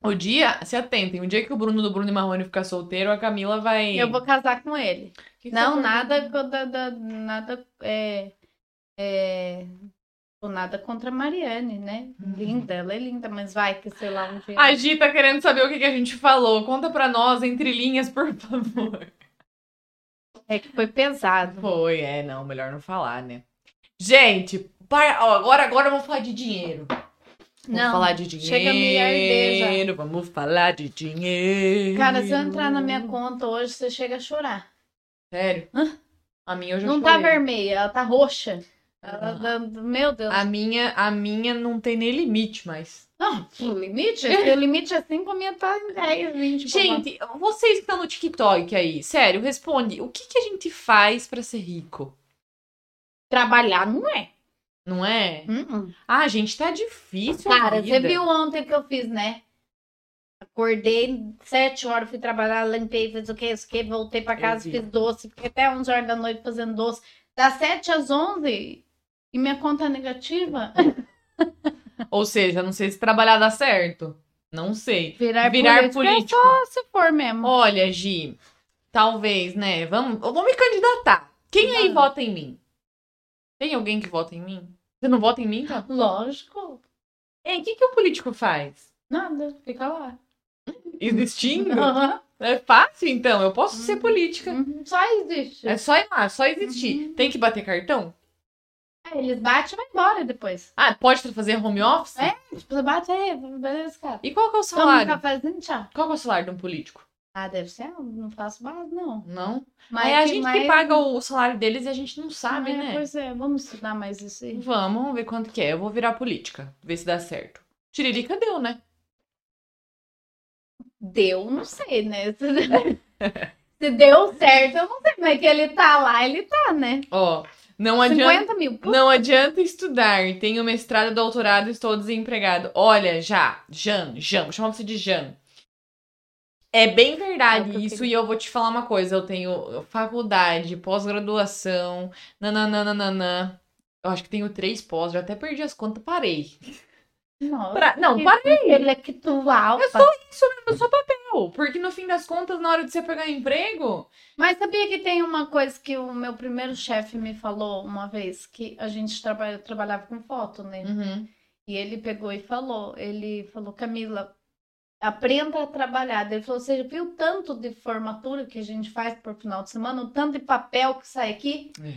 Speaker 1: O dia, se atentem, o dia que o Bruno do Bruno e Marrone ficar solteiro, a Camila vai.
Speaker 2: Eu vou casar com ele.
Speaker 1: Que que
Speaker 2: não,
Speaker 1: você-
Speaker 2: nada, co- da- da- nada, é, é, tipo, nada contra a Mariane, né?
Speaker 1: Uhum.
Speaker 2: Linda, ela é linda, mas vai que sei lá um dia.
Speaker 1: A Gi tá querendo saber o que, que a gente falou. Conta pra nós entre linhas, por favor.
Speaker 2: É que foi pesado.
Speaker 1: Foi, é, não, melhor não falar, né? Gente, para- ó, agora, agora vamos falar de dinheiro. Vamos
Speaker 2: Não,
Speaker 1: falar de dinheiro.
Speaker 2: chega a me arder
Speaker 1: Vamos falar de dinheiro.
Speaker 2: Cara, se eu entrar na minha conta hoje, você chega a chorar.
Speaker 1: Sério?
Speaker 2: Hã?
Speaker 1: A minha eu já
Speaker 2: Não tá
Speaker 1: chorei.
Speaker 2: vermelha, ela tá roxa.
Speaker 1: Ah.
Speaker 2: Ela tá- Meu Deus.
Speaker 1: A minha, a minha não tem nem limite mais.
Speaker 2: Não, o limite? Se o limite é 5, a minha tá em 10, 20.
Speaker 1: gente, Tipo, vocês que estão no TikTok aí, sério, responde. O que, que a gente faz pra ser rico?
Speaker 2: trabalhar não é.
Speaker 1: Não é?
Speaker 2: Hum, hum.
Speaker 1: Ah, gente, tá difícil. a
Speaker 2: Cara, você
Speaker 1: vida.
Speaker 2: viu ontem que eu fiz, né? Acordei sete horas, fui trabalhar, limpei, fiz o que, isso que, voltei pra
Speaker 1: Eu
Speaker 2: casa,
Speaker 1: vi.
Speaker 2: fiz doce, fiquei até 11 horas da noite fazendo doce. Das 7 às 11 e minha conta é negativa.
Speaker 1: Ou seja, não sei se trabalhar dá certo. Não sei.
Speaker 2: Virar,
Speaker 1: Virar
Speaker 2: político. é
Speaker 1: político.
Speaker 2: só se for mesmo.
Speaker 1: Olha, Gi, talvez, né? Vamos, eu vou me candidatar. Quem aí
Speaker 2: Ah.
Speaker 1: vota em mim? Tem alguém que vota em mim? Você não vota em mim, tá?
Speaker 2: Lógico,
Speaker 1: Ei, o que, que o político faz?
Speaker 2: nada, fica lá.
Speaker 1: Existindo?
Speaker 2: Aham.
Speaker 1: É fácil, então. Eu posso ser
Speaker 2: Hum.
Speaker 1: política.
Speaker 2: Uhum, Só existe.
Speaker 1: É só ir lá, é só existir.
Speaker 2: Uhum.
Speaker 1: Tem que bater cartão?
Speaker 2: É, eles batem e vai embora depois.
Speaker 1: Ah, pode fazer home office?
Speaker 2: É. Tipo, você bate aí, beleza, cara.
Speaker 1: E qual que é o
Speaker 2: Toma um
Speaker 1: salário?
Speaker 2: cafezinho, tchau.
Speaker 1: Qual que é o salário de um político?
Speaker 2: Ah, deve ser, eu não faço mais, não.
Speaker 1: Não?
Speaker 2: Mas
Speaker 1: é a
Speaker 2: que
Speaker 1: gente
Speaker 2: mais-
Speaker 1: que paga o salário deles e a gente não sabe,
Speaker 2: Ah,
Speaker 1: né?
Speaker 2: Pois é, vamos estudar mais isso aí.
Speaker 1: Vamos, vamos ver quanto que é. Eu vou virar política, ver se dá certo. Tiririca deu, né?
Speaker 2: Deu, não sei, né? Se deu certo, eu não sei, mas que ele tá lá, ele tá, né?
Speaker 1: Ó, não adianta,
Speaker 2: 50 mil. Pô,
Speaker 1: não adianta estudar. Tenho mestrado, doutorado, estou desempregado. Olha, já, Jan, Jan, vou chamar você de Jan. É bem verdade
Speaker 2: É o que eu
Speaker 1: isso,
Speaker 2: queria.
Speaker 1: e eu vou te falar uma coisa. Eu tenho faculdade, pós-graduação, nananana. Eu acho que tenho três pós, já até perdi as contas, parei.
Speaker 2: Nossa,
Speaker 1: Pra- Não,
Speaker 2: é que
Speaker 1: parei.
Speaker 2: intelectual.
Speaker 1: Eu sou isso mesmo, só papel. Porque no fim das contas, na hora de você pegar emprego,
Speaker 2: Mas sabia que tem uma coisa que o meu primeiro chefe me falou uma vez, que a gente traba... eu trabalhava com foto, né?
Speaker 1: Uhum.
Speaker 2: E ele pegou e falou, ele falou, Camila, aprenda a trabalhar. Daí Ele falou, você viu o tanto de formatura que a gente faz por final de semana, o tanto de papel que sai aqui,
Speaker 1: É.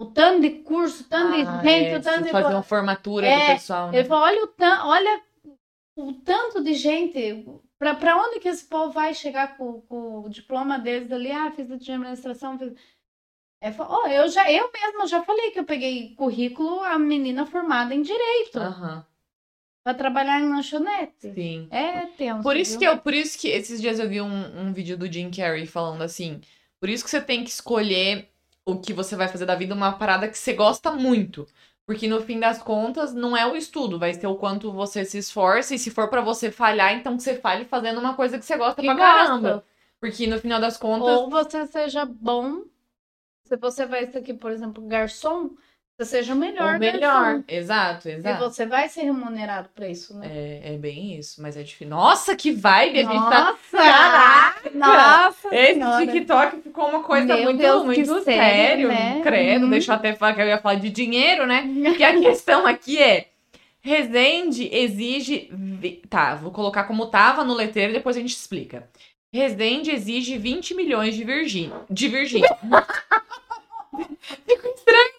Speaker 2: o tanto de curso, o tanto
Speaker 1: Ah,
Speaker 2: de gente,
Speaker 1: é,
Speaker 2: o tanto
Speaker 1: se
Speaker 2: de...
Speaker 1: fazer uma formatura do
Speaker 2: É,
Speaker 1: pessoal, né?
Speaker 2: Ele falou, olha o, tan... olha o tanto de gente, pra, pra onde que esse povo vai chegar com, com o diploma deles ali? Ah, fiz de administração, fiz... É, fa- ó, eu já, eu mesma já falei que eu peguei currículo a menina formada em direito
Speaker 1: Aham,
Speaker 2: pra trabalhar em lanchonete.
Speaker 1: sim.
Speaker 2: É tenso.
Speaker 1: Por isso
Speaker 2: viu?
Speaker 1: que eu, por isso que esses dias eu vi um, um vídeo do Jim Carrey falando assim, por isso que você tem que escolher o que você vai fazer da vida, uma parada que você gosta muito. Porque no fim das contas, não é o estudo, vai ser o quanto você se esforça, e se for pra você falhar, então que você falhe fazendo uma coisa que você gosta
Speaker 2: Que
Speaker 1: pra
Speaker 2: gosta.
Speaker 1: caramba. Porque no final das contas,
Speaker 2: Ou você seja bom, se você vai ser aqui, por exemplo, garçom, você seja o melhor.
Speaker 1: o melhor.
Speaker 2: garçom.
Speaker 1: Exato,
Speaker 2: E
Speaker 1: exato.
Speaker 2: você vai ser remunerado pra isso, né?
Speaker 1: É, é bem isso, mas é difícil. Nossa, que vibe! A gente tá
Speaker 2: Nossa! Nossa!
Speaker 1: Esse
Speaker 2: Senhora.
Speaker 1: TikTok ficou uma coisa
Speaker 2: Meu
Speaker 1: muito,
Speaker 2: Deus, que
Speaker 1: muito
Speaker 2: sério,
Speaker 1: sério,
Speaker 2: né?
Speaker 1: credo.
Speaker 2: Uhum.
Speaker 1: Deixa eu até falar que eu ia falar de dinheiro, né? Porque a questão aqui é: Resende exige. vi- Tá, vou colocar como tava no letreiro, depois a gente explica. Resende exige 20 milhões de Virgínia. De Virgínia. Ficou estranho.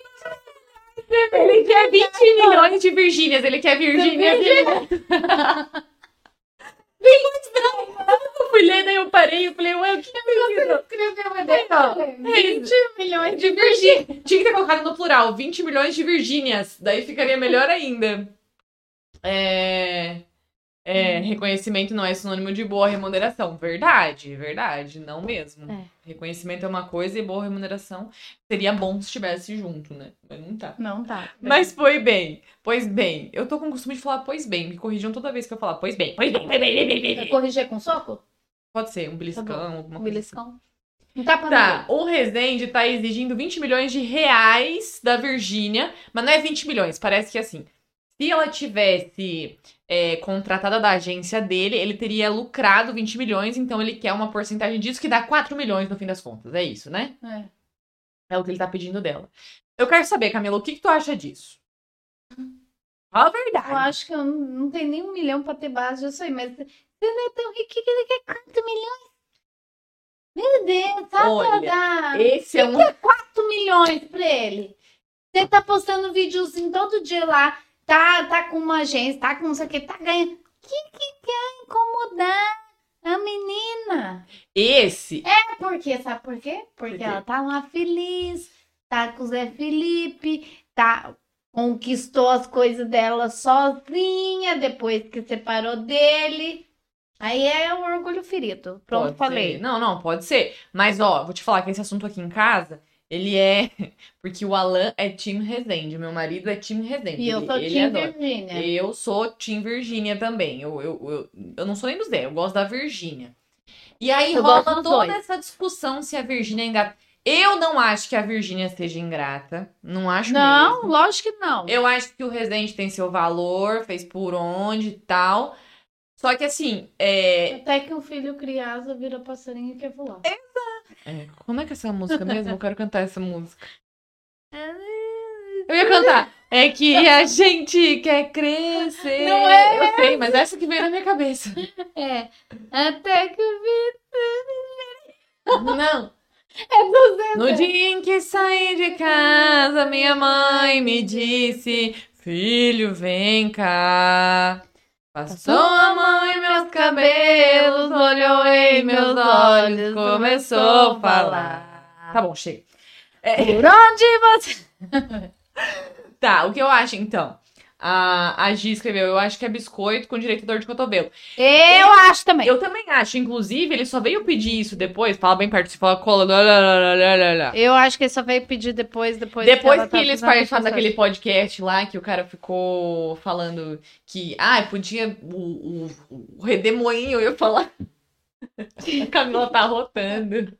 Speaker 1: Ele quer 20 milhões de Virgínias. Ele quer Virgínia. Ficou estranho. Eu fui ler, daí eu parei eu falei, ué, o que é isso?
Speaker 2: Escreveu a
Speaker 1: Então,
Speaker 2: dele, 20 milhões
Speaker 1: De Virgínia. Tinha que ter colocado no plural, 20 milhões de Virgínias. Daí ficaria melhor ainda. É... é,
Speaker 2: Uhum.
Speaker 1: Reconhecimento não é sinônimo de boa remuneração. Verdade, verdade. Não mesmo.
Speaker 2: É.
Speaker 1: Reconhecimento é uma coisa e boa remuneração seria bom se estivesse junto, né? Mas não tá.
Speaker 2: Não tá.
Speaker 1: Mas foi bem. Pois bem. Eu tô com o costume de falar pois bem. Me corrijam toda vez que eu falar pois bem. Pois bem, pois bem, pois bem, pois
Speaker 2: Quer
Speaker 1: bem.
Speaker 2: corrigir com soco?
Speaker 1: Pode ser um beliscão,
Speaker 2: Tá
Speaker 1: alguma
Speaker 2: Um
Speaker 1: coisa.
Speaker 2: beliscão? Um tapa
Speaker 1: Tá, o Resende tá exigindo 20 milhões de reais da Virgínia, mas não é 20 milhões, parece que é assim. Se ela tivesse é, contratada da agência dele, ele teria lucrado 20 milhões, então ele quer uma porcentagem disso que dá 4 milhões no fim das contas. É isso, né?
Speaker 2: na orelha.
Speaker 1: É o que ele tá pedindo dela. Eu quero saber, Camila, o que, que tu acha disso? Fala a
Speaker 2: É. Eu
Speaker 1: verdade.
Speaker 2: acho que eu não, não tenho nem um milhão pra ter base disso aí, mas você não é tão rico que ele quer 4 milhões. Meu Deus, tá
Speaker 1: Olha,
Speaker 2: pra dar.
Speaker 1: Esse é um.
Speaker 2: 4 milhões pra ele. Você tá postando videozinho todo dia lá. tá, tá com uma agência, tá com não sei o que, tá ganhando. Que que quer incomodar a menina?
Speaker 1: Esse.
Speaker 2: É porque, sabe por quê? Porque
Speaker 1: quê?
Speaker 2: ela tá lá feliz, tá com o Zé Felipe, tá conquistou as coisas dela sozinha depois que separou dele. Aí é o orgulho ferido. Pronto,
Speaker 1: pode
Speaker 2: falei.
Speaker 1: ser. Não, não, pode ser. Mas, ó, vou te falar que esse assunto aqui em casa, ele é. Porque o Alan é time Resende. Meu marido é time Resende.
Speaker 2: E eu
Speaker 1: ele- é
Speaker 2: sou
Speaker 1: ele
Speaker 2: Tim
Speaker 1: adora.
Speaker 2: Virgínia.
Speaker 1: Eu sou Team Virgínia também. Eu, eu, eu, eu não sou nem do Zé, eu gosto da Virgínia. E aí
Speaker 2: Eu
Speaker 1: rola
Speaker 2: gosto dos
Speaker 1: toda
Speaker 2: dois.
Speaker 1: essa discussão se a Virgínia é ingrata. Eu não acho que a Virgínia seja ingrata. Não acho
Speaker 2: Não,
Speaker 1: mesmo.
Speaker 2: lógico que não.
Speaker 1: Eu acho que o Resident tem seu valor, fez por onde e tal. Só que assim, é...
Speaker 2: Até que o filho criado vira passarinho e quer voar.
Speaker 1: é, Como é que é essa música mesmo? Eu quero cantar essa música. Eu ia cantar. É que a gente quer crescer.
Speaker 2: Não é
Speaker 1: Eu sei, mas essa que veio na minha cabeça.
Speaker 2: É. Até que o filho.
Speaker 1: Não.
Speaker 2: É do Zé.
Speaker 1: No dia em que saí de casa, minha mãe me disse: Filho, vem cá. Passou a mão em meus cabelos, olhou em meus olhos, começou a falar. Tá bom, chega.
Speaker 2: Por onde você.
Speaker 1: Tá, o que eu acho então? A, a Gi escreveu: Eu acho que é biscoito com direito à dor de cotovelo.
Speaker 2: Eu
Speaker 1: É.
Speaker 2: acho também. Eu,
Speaker 1: Eu também acho, inclusive, ele só veio pedir isso depois, fala bem perto, se fala cola. lá, lá, lá, lá, lá, lá.
Speaker 2: acho que ele só veio pedir depois, depois.
Speaker 1: Depois
Speaker 2: ela
Speaker 1: que
Speaker 2: tá
Speaker 1: eles
Speaker 2: fazendo
Speaker 1: participaram
Speaker 2: processo.
Speaker 1: daquele podcast lá, que o cara ficou falando que, ah, podia. O, o, o redemoinho, eu ia falar. A Camila tá rotando.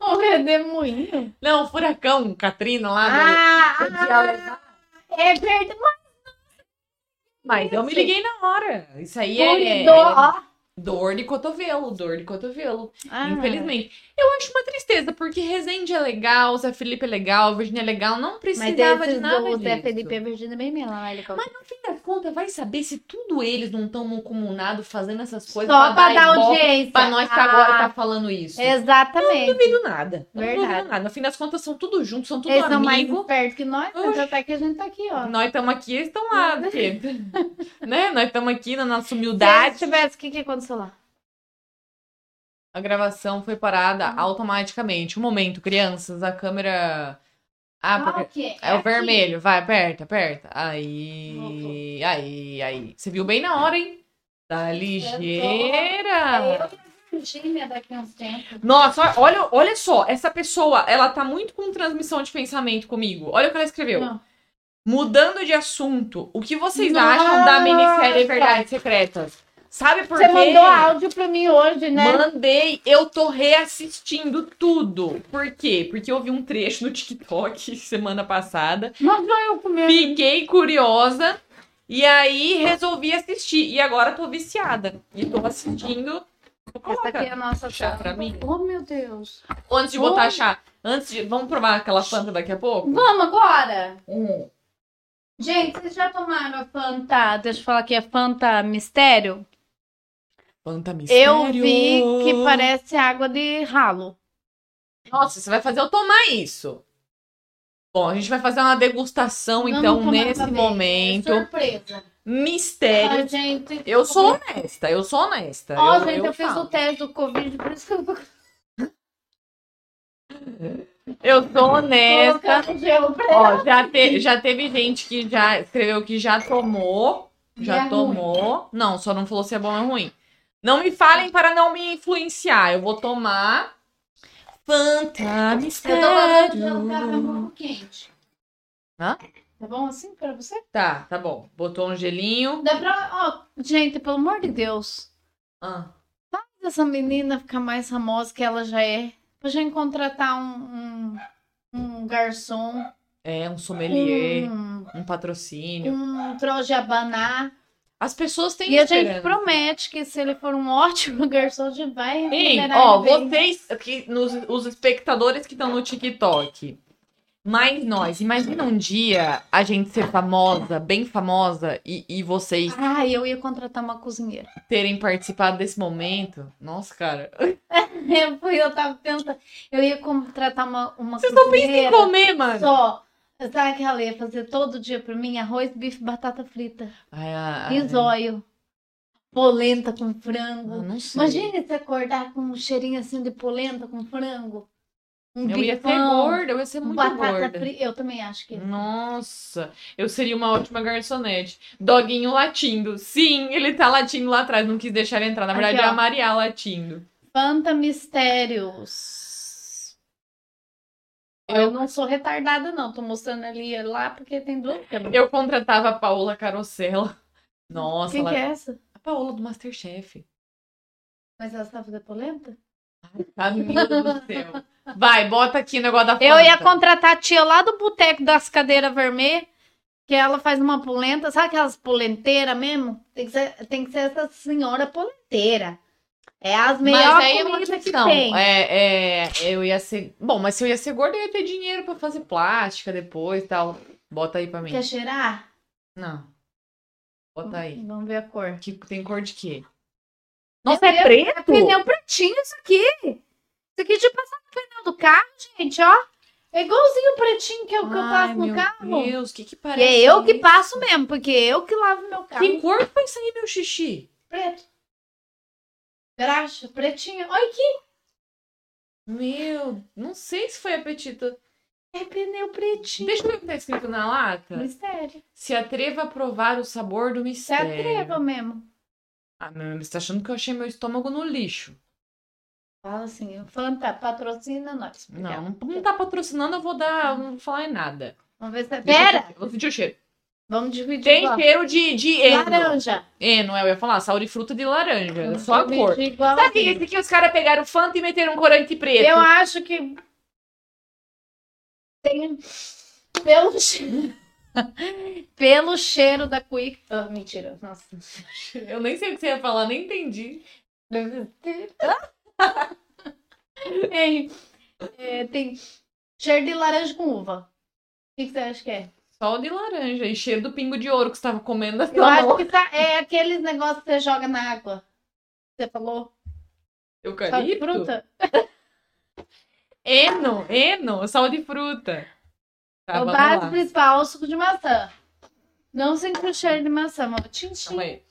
Speaker 2: O redemoinho.
Speaker 1: Não, o furacão, Katrina lá.
Speaker 2: Ah,
Speaker 1: do- podia-
Speaker 2: é verdade.
Speaker 1: Mas eu me
Speaker 2: isso.
Speaker 1: liguei na hora. Isso aí é,
Speaker 2: Yeah, ó.
Speaker 1: é dor de cotovelo, dor de cotovelo.
Speaker 2: Ah,
Speaker 1: Infelizmente. Eu acho uma tristeza, porque Rezende é legal, Zé Felipe é legal, Virginia é legal, não
Speaker 2: Mas
Speaker 1: precisava de
Speaker 2: esses
Speaker 1: nada.
Speaker 2: do Zé
Speaker 1: disso.
Speaker 2: Felipe e a Virgínia é bem melancólica.
Speaker 1: Mas no fim das contas, vai saber se tudo eles não estão comunado fazendo essas coisas
Speaker 2: Só pra dar um
Speaker 1: ibope
Speaker 2: audiência.
Speaker 1: pra nós que agora tá falando isso.
Speaker 2: Exatamente.
Speaker 1: Não duvido nada. Eu Não
Speaker 2: É. Verdade.
Speaker 1: duvido nada. No fim das contas, são tudo juntos, são tudo
Speaker 2: Eles são mais
Speaker 1: amigo.
Speaker 2: espertos que nós, mas
Speaker 1: Oxi.
Speaker 2: até que a gente tá aqui, ó.
Speaker 1: Nós estamos aqui, eles estão lá. Porque, né? Nós estamos aqui na nossa
Speaker 2: Se
Speaker 1: humildade.
Speaker 2: tivesse, o que, que aconteceu lá?
Speaker 1: A gravação foi
Speaker 2: Hum.
Speaker 1: parada automaticamente. Um momento, crianças, a câmera. Ah, porque...
Speaker 2: quê?
Speaker 1: É o
Speaker 2: aqui.
Speaker 1: vermelho, vai, aperta, aperta. Aí, aí, aí. Você viu bem na hora, hein? Tá ligeira.
Speaker 2: É eu e a Virgínia daqui a uns tempos.
Speaker 1: Nossa, olha, olha só, essa pessoa, ela tá muito com transmissão de pensamento comigo. Olha o que ela escreveu.
Speaker 2: Não.
Speaker 1: Mudando de assunto, o que vocês
Speaker 2: Nossa!
Speaker 1: acham da minissérie Verdades Secretas? Sabe por
Speaker 2: Você
Speaker 1: quê?
Speaker 2: mandou áudio pra mim hoje, né?
Speaker 1: Mandei, eu tô reassistindo tudo. Por quê? Porque eu vi um trecho no TikTok semana passada.
Speaker 2: Mandou eu comer.
Speaker 1: Fiquei curiosa e aí resolvi assistir. E agora tô viciada. E tô assistindo.
Speaker 2: Essa aqui é
Speaker 1: Coloca.
Speaker 2: a nossa
Speaker 1: Chá pra
Speaker 2: sala.
Speaker 1: mim?
Speaker 2: Oh, meu Deus.
Speaker 1: Antes de botar chá. Antes de. Vamos provar aquela Fanta daqui a pouco?
Speaker 2: Vamos agora?
Speaker 1: Hum.
Speaker 2: Gente, vocês já tomaram a Fanta? Deixa eu falar aqui, a Fanta Mistério?
Speaker 1: Fanta mistério.
Speaker 2: Eu vi que parece água de ralo.
Speaker 1: Nossa, você vai fazer eu tomar isso. Bom, a gente vai fazer uma degustação,
Speaker 2: Vamos
Speaker 1: então,
Speaker 2: tomar
Speaker 1: nesse
Speaker 2: também.
Speaker 1: momento.
Speaker 2: Surpresa.
Speaker 1: Mistério.
Speaker 2: Ah, gente.
Speaker 1: Eu sou honesta, eu sou honesta.
Speaker 2: Ó,
Speaker 1: eu,
Speaker 2: gente, então eu, fiz
Speaker 1: falo.
Speaker 2: o teste do Covid, por isso que eu tô
Speaker 1: eu sou
Speaker 2: É,
Speaker 1: honesta.
Speaker 2: colocando gelo pra ela.
Speaker 1: Ó, já, te- já teve gente que já escreveu que já tomou.
Speaker 2: E é
Speaker 1: Já
Speaker 2: ruim.
Speaker 1: tomou. Não, só não falou se é bom ou ruim. Não me falem para não me influenciar. Eu vou tomar. Fanta
Speaker 2: Eu tô falando gelo, um cara, tá
Speaker 1: Mistério.
Speaker 2: pouco quente.
Speaker 1: Hã?
Speaker 2: Tá bom assim pra você?
Speaker 1: Tá, tá bom. Botou um gelinho.
Speaker 2: Dá pra... Ó, gente, pelo amor de Deus.
Speaker 1: Ah,
Speaker 2: essa menina ficar mais famosa que ela já é. Pra gente contratar um, um, um garçom,
Speaker 1: é, um sommelier.
Speaker 2: um,
Speaker 1: Um patrocínio.
Speaker 2: um trojabaná.
Speaker 1: As pessoas têm
Speaker 2: E a gente
Speaker 1: esperança.
Speaker 2: promete que se ele for um ótimo garçom, a gente vai
Speaker 1: Ei,
Speaker 2: remunerar
Speaker 1: ó,
Speaker 2: ele bem.
Speaker 1: vocês, que, nos, os espectadores que estão no TikTok, mais nós, imagina um dia a gente ser famosa, bem famosa, e, e vocês
Speaker 2: Ah, eu ia contratar uma cozinheira.
Speaker 1: terem participado desse momento. Nossa, cara.
Speaker 2: Eu fui, eu tava pensando. Eu ia contratar uma, uma
Speaker 1: Vocês só pensam em
Speaker 2: cozinheira.
Speaker 1: comer, mano.
Speaker 2: Só. Sabe que ela ia fazer todo dia pra mim? Arroz, bife, batata frita,
Speaker 1: Ai, a- a-
Speaker 2: risóio, polenta com
Speaker 1: Ah,
Speaker 2: frango.
Speaker 1: não sei.
Speaker 2: Imagine você acordar com um cheirinho assim de polenta com frango. Um
Speaker 1: eu ia ser
Speaker 2: bifão,
Speaker 1: gorda, eu ia ser
Speaker 2: um
Speaker 1: muito
Speaker 2: batata
Speaker 1: gorda. Hum.
Speaker 2: frita. Eu também acho que.
Speaker 1: Nossa, eu seria uma ótima garçonete. Doguinho latindo. Sim, ele tá latindo lá atrás, não quis deixar ele entrar. Na verdade,
Speaker 2: Aqui,
Speaker 1: é
Speaker 2: ó.
Speaker 1: a Maria latindo.
Speaker 2: Fanta Mistérios. Eu... não sou retardada, não. Tô mostrando ali é lá porque tem duas câmeras.
Speaker 1: Eu contratava a Paola Carosella. Nossa,
Speaker 2: Quem
Speaker 1: ela...
Speaker 2: que é essa?
Speaker 1: a Paola do Masterchef.
Speaker 2: Mas ela estava fazendo polenta?
Speaker 1: Amiga do céu. Vai, bota aqui o negócio da Fanta.
Speaker 2: Eu ia contratar a tia lá do boteco das cadeiras vermelhas, que ela faz uma polenta, sabe aquelas polenteiras mesmo? Tem que ser, tem que ser essa senhora polenteira. É as
Speaker 1: Mas
Speaker 2: melhores
Speaker 1: aí é uma
Speaker 2: comidas que
Speaker 1: questão.
Speaker 2: tem.
Speaker 1: É, é, eu ia ser. Bom, mas se eu ia ser gorda, eu ia ter dinheiro pra fazer plástica depois e tal. Bota aí pra mim.
Speaker 2: Quer cheirar?
Speaker 1: Não. Bota aí.
Speaker 2: Vamos ver a cor.
Speaker 1: Que tem cor de quê?
Speaker 2: Nossa, é É pneu pretinho isso aqui. Isso aqui é de passar no pneu do carro, gente, ó. É igualzinho o pretinho que eu, que eu
Speaker 1: Ai,
Speaker 2: passo no
Speaker 1: meu
Speaker 2: carro.
Speaker 1: Deus, que que
Speaker 2: E
Speaker 1: parece?
Speaker 2: é eu que
Speaker 1: isso?
Speaker 2: passo mesmo, porque eu que lavo meu carro.
Speaker 1: Que cor que vai sair meu xixi?
Speaker 2: Preto. Graxa, pretinho. Olha aqui.
Speaker 1: Meu, não sei se foi apetito.
Speaker 2: É pneu pretinho.
Speaker 1: Deixa eu ver o que tá escrito na
Speaker 2: Hum.
Speaker 1: lata.
Speaker 2: Mistério.
Speaker 1: Se atreva a provar o sabor do
Speaker 2: Você
Speaker 1: mistério.
Speaker 2: atreva é mesmo.
Speaker 1: Ah, meu, você tá achando que eu achei meu estômago no lixo.
Speaker 2: Fala assim, Fanta, patrocina nós.
Speaker 1: Não,
Speaker 2: Obrigada.
Speaker 1: não, não tá patrocinando, eu vou dar. Não vou falar em nada.
Speaker 2: Vamos ver se é.
Speaker 1: Deixa eu
Speaker 2: Pera!
Speaker 1: sentir- Vou sentir o cheiro.
Speaker 2: Vamos dividir.
Speaker 1: Tem
Speaker 2: igual.
Speaker 1: cheiro de, de eno.
Speaker 2: Laranja.
Speaker 1: Eno, é, eu ia falar, sal de fruta de laranja. É Só a
Speaker 2: Vamos
Speaker 1: cor.
Speaker 2: dividir igual
Speaker 1: Sabe
Speaker 2: assim.
Speaker 1: esse aqui os caras pegaram Fanta e meteram um corante preto?
Speaker 2: Eu acho que. Tem. Pelo cheiro. Pelo cheiro da cuíca. Ah, mentira. Nossa.
Speaker 1: Eu nem sei o que você ia falar, nem entendi.
Speaker 2: Tem, é, tem cheiro de laranja com uva. O que, que você acha que é?
Speaker 1: Só o de laranja e cheiro do pingo de ouro que você tava comendo na
Speaker 2: Eu
Speaker 1: sua mão.
Speaker 2: acho que tá- é aqueles negócios que você joga na água. Você falou? Sal de
Speaker 1: Eucalipto?
Speaker 2: fruta?
Speaker 1: Eno, eno, sal de fruta. Tá,
Speaker 2: é o
Speaker 1: vamos
Speaker 2: base
Speaker 1: lá.
Speaker 2: principal, o suco de maçã. Não sinto o cheiro de maçã, mas o tintim.
Speaker 1: Calma aí.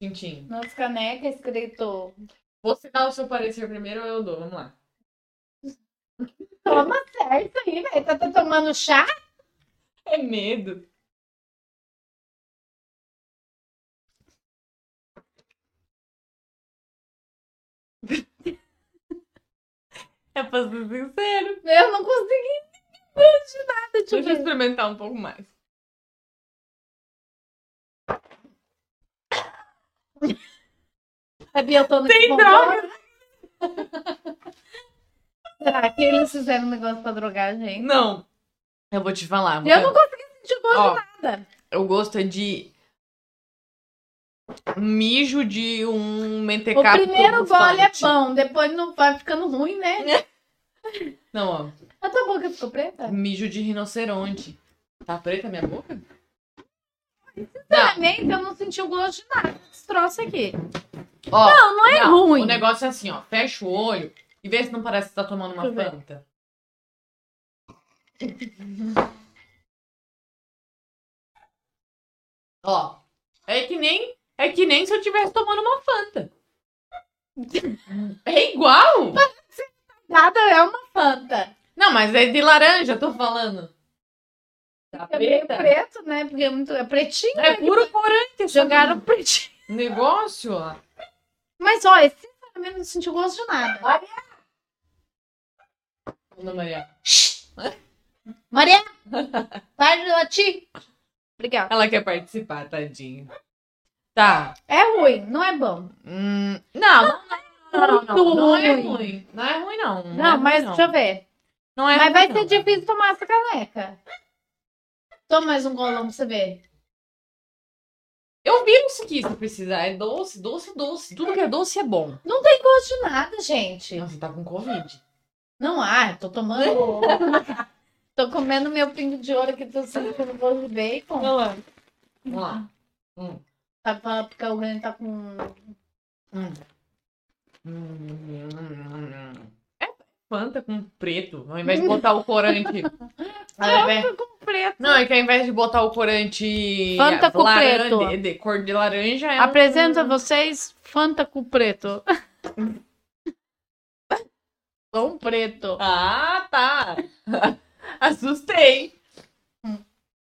Speaker 1: Tintim.
Speaker 2: Nas canecas escrito.
Speaker 1: Você dá o seu parecer primeiro ou eu dou? Vamos lá.
Speaker 2: Toma certo aí, velho. Tá, tá tomando chá?
Speaker 1: É medo. É pra ser sincero.
Speaker 2: Eu não consegui entender de nada.
Speaker 1: Deixa eu
Speaker 2: Tipo,
Speaker 1: experimentar um pouco mais.
Speaker 2: sabia, eu tô no
Speaker 1: Tem droga.
Speaker 2: Será que eles fizeram um negócio pra drogar a gente?
Speaker 1: Não. Eu vou te falar. vou
Speaker 2: Eu
Speaker 1: te-
Speaker 2: não consegui sentir gosto
Speaker 1: Ó,
Speaker 2: de nada.
Speaker 1: Eu gosto é de mijo de um
Speaker 2: O
Speaker 1: mentecapto.
Speaker 2: primeiro gole é
Speaker 1: bufante.
Speaker 2: bom, depois não vai ficando ruim, né?
Speaker 1: Não,
Speaker 2: A tua boca ficou
Speaker 1: ó.
Speaker 2: preta?
Speaker 1: Mijo de rinoceronte. Tá preta a minha boca? Não,
Speaker 2: Sinceramente, então, eu não senti o gosto de nada desse troço aqui.
Speaker 1: ó. Não, não
Speaker 2: é ruim.
Speaker 1: O negócio é assim, ó. Fecha o olho e vê se não parece que tá tomando uma
Speaker 2: Deixa eu ver.
Speaker 1: fanta. ó. É que nem. É que nem se eu tivesse tomando uma fanta. É igual!
Speaker 2: Nada é uma fanta.
Speaker 1: Não, mas é de laranja, tô falando. Tá
Speaker 2: É meio
Speaker 1: preta?
Speaker 2: preto, né? Porque é, muito... é pretinho.
Speaker 1: É puro corante. essa
Speaker 2: Jogaram pretinho.
Speaker 1: Negócio, ó.
Speaker 2: Mas, ó, esse sinceramente não senti o gosto de nada.
Speaker 1: Ana Maria.
Speaker 2: Maria, para de latir. Obrigada.
Speaker 1: Ela quer participar, tadinho. Tá.
Speaker 2: É ruim, não é bom.
Speaker 1: Hum, não, não, não, não, não, não,
Speaker 2: Muito
Speaker 1: não é
Speaker 2: ruim.
Speaker 1: ruim. Não é ruim, não.
Speaker 2: Não,
Speaker 1: é ruim,
Speaker 2: mas
Speaker 1: não.
Speaker 2: deixa eu ver.
Speaker 1: Não é
Speaker 2: mas
Speaker 1: ruim,
Speaker 2: vai
Speaker 1: não.
Speaker 2: ser difícil tomar essa caneca. Toma mais um golão pra você ver.
Speaker 1: Eu vi isso aqui, se precisar. É doce, doce, doce. Tudo que é doce é bom.
Speaker 2: Não tem gosto de nada, gente.
Speaker 1: Nossa, tá com Covid.
Speaker 2: Não há, eu tô tomando. tô comendo meu pingo de ouro aqui, tô sentindo bolo de bacon.
Speaker 1: lá. Vamos lá.
Speaker 2: Tá pra- porque o Grande tá com.
Speaker 1: É Fanta com preto, ao invés de botar o corante. Ao invés-
Speaker 2: preto.
Speaker 1: Não, é que ao invés de botar o corante
Speaker 2: Fanta com
Speaker 1: laran-
Speaker 2: preto.
Speaker 1: de- de cor de laranja, é
Speaker 2: Apresento a vocês Fanta com preto. Pão preto.
Speaker 1: um- Ah, tá. Assustei.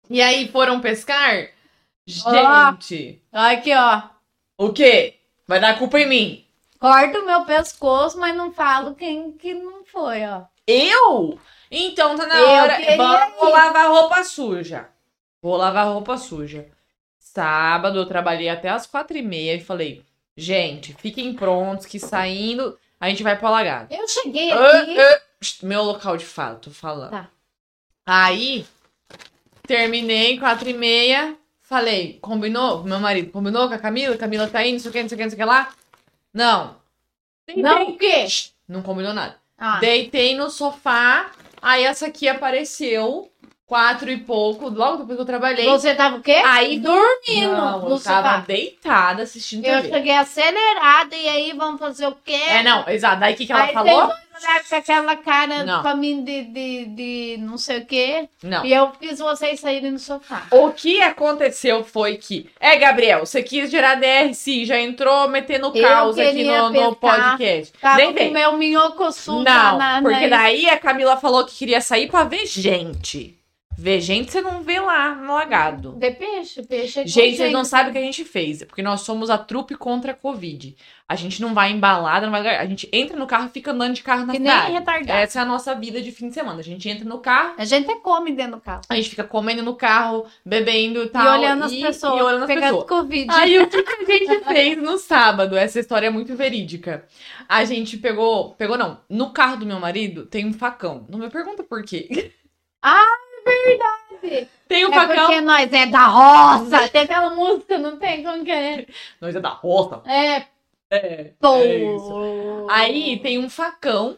Speaker 1: E aí foram pescar?
Speaker 2: Ó.
Speaker 1: Gente,
Speaker 2: Aqui, ó.
Speaker 1: o quê? Vai dar culpa em mim.
Speaker 2: Corta o meu pescoço, mas não falo quem que não foi, ó.
Speaker 1: Eu? Então tá na
Speaker 2: Eu
Speaker 1: hora.
Speaker 2: queria
Speaker 1: Vamos- Vou
Speaker 2: ir.
Speaker 1: lavar roupa suja. Vou lavar roupa suja. Sábado eu trabalhei até as quatro e meia e falei, gente, fiquem prontos que saindo a gente vai pro alagado.
Speaker 2: Eu cheguei
Speaker 1: Ah,
Speaker 2: aqui.
Speaker 1: ah, pst, Meu local de fala, tô falando.
Speaker 2: Tá.
Speaker 1: Aí, terminei, quatro e meia. Falei, combinou? Meu marido, combinou com a Camila? Camila tá indo, não sei o que, não sei o que, não sei o que lá. Não.
Speaker 2: Não o quê?
Speaker 1: Shh, Não combinou nada.
Speaker 2: Ah,
Speaker 1: Deitei no sofá, aí essa aqui apareceu, quatro e pouco, logo depois que eu trabalhei.
Speaker 2: você tava o quê?
Speaker 1: Aí
Speaker 2: dormindo
Speaker 1: não,
Speaker 2: no
Speaker 1: eu tava
Speaker 2: sofá.
Speaker 1: deitada assistindo
Speaker 2: Eu
Speaker 1: TV.
Speaker 2: cheguei acelerada e aí vamos fazer o quê?
Speaker 1: É, não, exato. Daí o que, que ela
Speaker 2: aí
Speaker 1: falou?
Speaker 2: vocês vão olhar com aquela cara
Speaker 1: Não.
Speaker 2: pra mim de, de, de não sei o quê.
Speaker 1: Não.
Speaker 2: E eu fiz vocês saírem no sofá.
Speaker 1: O que aconteceu foi que. É, Gabriel, você quis gerar DR, sim, já entrou metendo
Speaker 2: Eu
Speaker 1: caos aqui
Speaker 2: queria
Speaker 1: no, no
Speaker 2: pescar.
Speaker 1: podcast.
Speaker 2: Tava
Speaker 1: Nem
Speaker 2: com o
Speaker 1: vem.
Speaker 2: meu minhocoçu
Speaker 1: Não,
Speaker 2: na, na,
Speaker 1: porque
Speaker 2: na...
Speaker 1: daí a Camila falou que queria sair pra ver gente. Ver gente você não vê lá no lagado.
Speaker 2: De peixe, peixe é com
Speaker 1: Gente, vocês não sabem o que a gente fez, porque nós somos a trupe contra a Covid. A gente não vai em balada, não vai. em lugar- A gente entra no carro e fica andando de carro na
Speaker 2: Que nem
Speaker 1: cidade.
Speaker 2: retardado.
Speaker 1: Essa é a nossa vida de fim de semana. A gente entra no carro,
Speaker 2: A gente até come dentro do carro.
Speaker 1: a gente fica comendo no carro, bebendo Tá, e tal.
Speaker 2: e olhando as pessoas,
Speaker 1: e olhando as
Speaker 2: pegando
Speaker 1: pessoas.
Speaker 2: Covid.
Speaker 1: Aí o que, que a gente fez no sábado? Essa história é muito verídica. A gente pegou. Pegou não. No carro do meu marido tem um facão. Não me pergunta por quê.
Speaker 2: Ah,
Speaker 1: é verdade! Tem um
Speaker 2: é
Speaker 1: facão.
Speaker 2: porque nós é da roça. Tem aquela música, não tem como que é.
Speaker 1: Nós é da rota.
Speaker 2: É,
Speaker 1: É.
Speaker 2: pô.
Speaker 1: Aí tem um facão.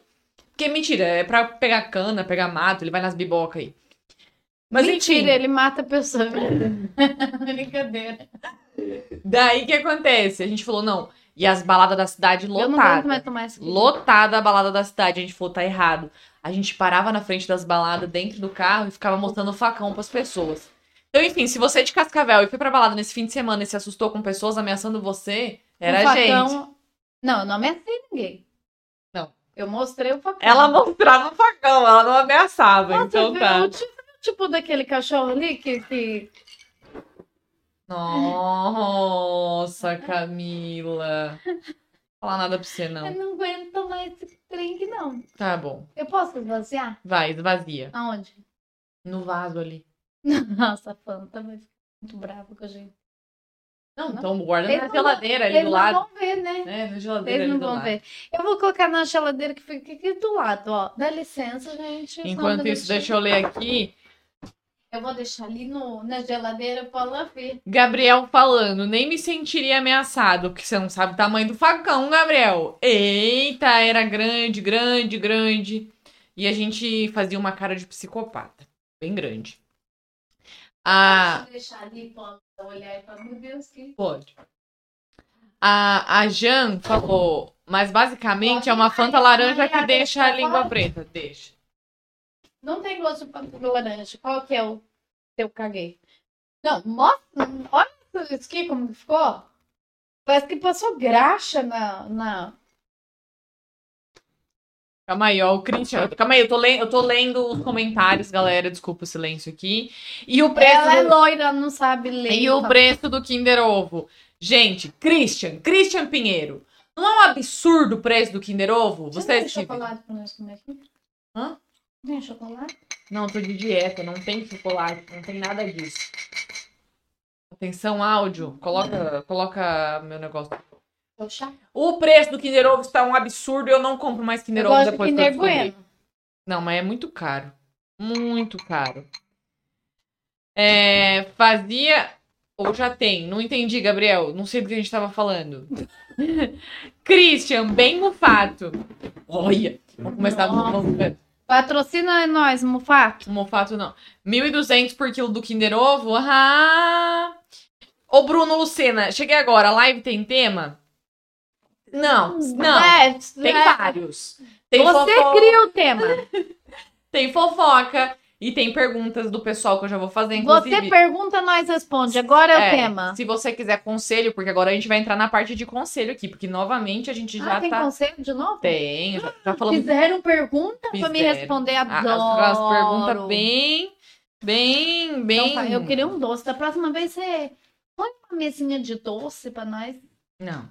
Speaker 1: Que é mentira, é pra pegar cana, pegar mato, ele vai nas biboca aí. Mas
Speaker 2: Mentira,
Speaker 1: enfim,
Speaker 2: ele mata a pessoa. Brincadeira.
Speaker 1: daí que acontece? A gente falou, não, e as baladas da cidade
Speaker 2: Eu não aguento
Speaker 1: lotadas.
Speaker 2: mais tomar isso.
Speaker 1: lotada a balada da cidade. A gente falou, tá errado. A gente parava na frente das baladas, dentro do carro, e ficava mostrando o facão pras pessoas. Então, enfim, se você é de Cascavel e foi pra balada nesse fim de semana e se assustou com pessoas ameaçando você, era
Speaker 2: Um
Speaker 1: a gente.
Speaker 2: Não, eu não ameacei ninguém.
Speaker 1: Não.
Speaker 2: Eu mostrei o facão.
Speaker 1: Ela mostrava o facão, ela não ameaçava,
Speaker 2: Nossa,
Speaker 1: então
Speaker 2: viu?
Speaker 1: tá.
Speaker 2: Tipo, tipo daquele cachorro ali que... que...
Speaker 1: Nossa, Camila. Não vou falar nada pra você,
Speaker 2: Eu
Speaker 1: não.
Speaker 2: não aguento mais esse drink, não.
Speaker 1: Tá bom.
Speaker 2: Eu posso esvaziar?
Speaker 1: Vai, vazia.
Speaker 2: Aonde?
Speaker 1: No vaso ali.
Speaker 2: Nossa, a Fanta vai ficar muito brava com a gente.
Speaker 1: Não,
Speaker 2: Não.
Speaker 1: então guarda
Speaker 2: Eles
Speaker 1: na
Speaker 2: não
Speaker 1: geladeira ali
Speaker 2: Eles
Speaker 1: do
Speaker 2: não
Speaker 1: lado.
Speaker 2: vão ver, né?
Speaker 1: É, na geladeira ali
Speaker 2: Eles não
Speaker 1: do
Speaker 2: vão
Speaker 1: lado.
Speaker 2: ver. Eu vou colocar na geladeira que fica aqui do lado, ó. Dá licença, gente. um
Speaker 1: Enquanto isso, deixa eu ler aqui.
Speaker 2: Eu vou deixar ali no, na geladeira pra ela ver.
Speaker 1: Gabriel falando, nem me sentiria ameaçado, porque você não sabe o tamanho do facão, Gabriel. Eita, era grande, grande, grande. E a gente fazia uma cara de psicopata. Bem grande. Ah,
Speaker 2: Deixa eu deixar ali pra ela olhar e falar, meu Deus, que...
Speaker 1: pode. A, a Jan falou, mas basicamente é uma fanta laranja que deixa a língua preta. Deixa.
Speaker 2: Não tem gosto pra de laranja. Qual que é o que eu caguei? Não, mostra. Olha isso- isso aqui como que ficou. Parece que passou graxa na... na...
Speaker 1: Calma aí, ó, o Christian. Calma aí, eu tô, le- eu tô lendo os comentários, galera. Desculpa o silêncio aqui. E o preço
Speaker 2: Ela é
Speaker 1: do-
Speaker 2: loira, não sabe ler. então.
Speaker 1: E o preço do Kinder Ovo. Gente, Christian, Christian Pinheiro. Não é um absurdo o preço do Kinder Ovo?
Speaker 2: Você
Speaker 1: Você
Speaker 2: tem
Speaker 1: Steve?
Speaker 2: chocolate pra nós comer aqui?
Speaker 1: Hã?
Speaker 2: Tem chocolate?
Speaker 1: Não, tô de dieta, não tem chocolate, não tem nada disso. Atenção, áudio. Coloca, coloca meu negócio.
Speaker 2: É o chá?
Speaker 1: O preço do Kinder Ovo está um absurdo e eu não compro mais Kinder
Speaker 2: Eu
Speaker 1: Ovo
Speaker 2: gosto de
Speaker 1: depois que
Speaker 2: Kinder
Speaker 1: eu descobri.
Speaker 2: Bueno.
Speaker 1: Não, mas é muito caro. Muito caro. É, fazia. Ou já tem. Não entendi, Gabriel. Não sei do que a gente tava falando. Christian, bem mufato. Olha, vamos começar
Speaker 2: Nossa.
Speaker 1: vamos-
Speaker 2: Patrocina nós, Mufato.
Speaker 1: Mufato não. 1.200 por quilo do Kinder Ovo. Ah! Ô, Bruno Lucena, cheguei agora. A live tem tema? Não, não.
Speaker 2: É,
Speaker 1: Tem
Speaker 2: é.
Speaker 1: vários. Tem
Speaker 2: Você
Speaker 1: fofoca.
Speaker 2: cria o tema.
Speaker 1: Tem fofoca, E tem perguntas do pessoal que eu já vou fazer,
Speaker 2: Você
Speaker 1: inclusive.
Speaker 2: pergunta, nós responde. Agora é, o tema.
Speaker 1: Se você quiser conselho, porque agora a gente vai entrar na parte de conselho aqui, porque novamente a gente já
Speaker 2: Ah, tem
Speaker 1: tá.
Speaker 2: conselho Ah, de novo?
Speaker 1: Tem, já, já falamos
Speaker 2: Fizeram pergunta pra me
Speaker 1: Fizeram.
Speaker 2: responder.
Speaker 1: a- as,
Speaker 2: Adoro.
Speaker 1: as perguntas bem. Bem, bem.
Speaker 2: Então, fa- eu queria um doce. Da próxima vez você põe uma mesinha de doce pra nós.
Speaker 1: Não.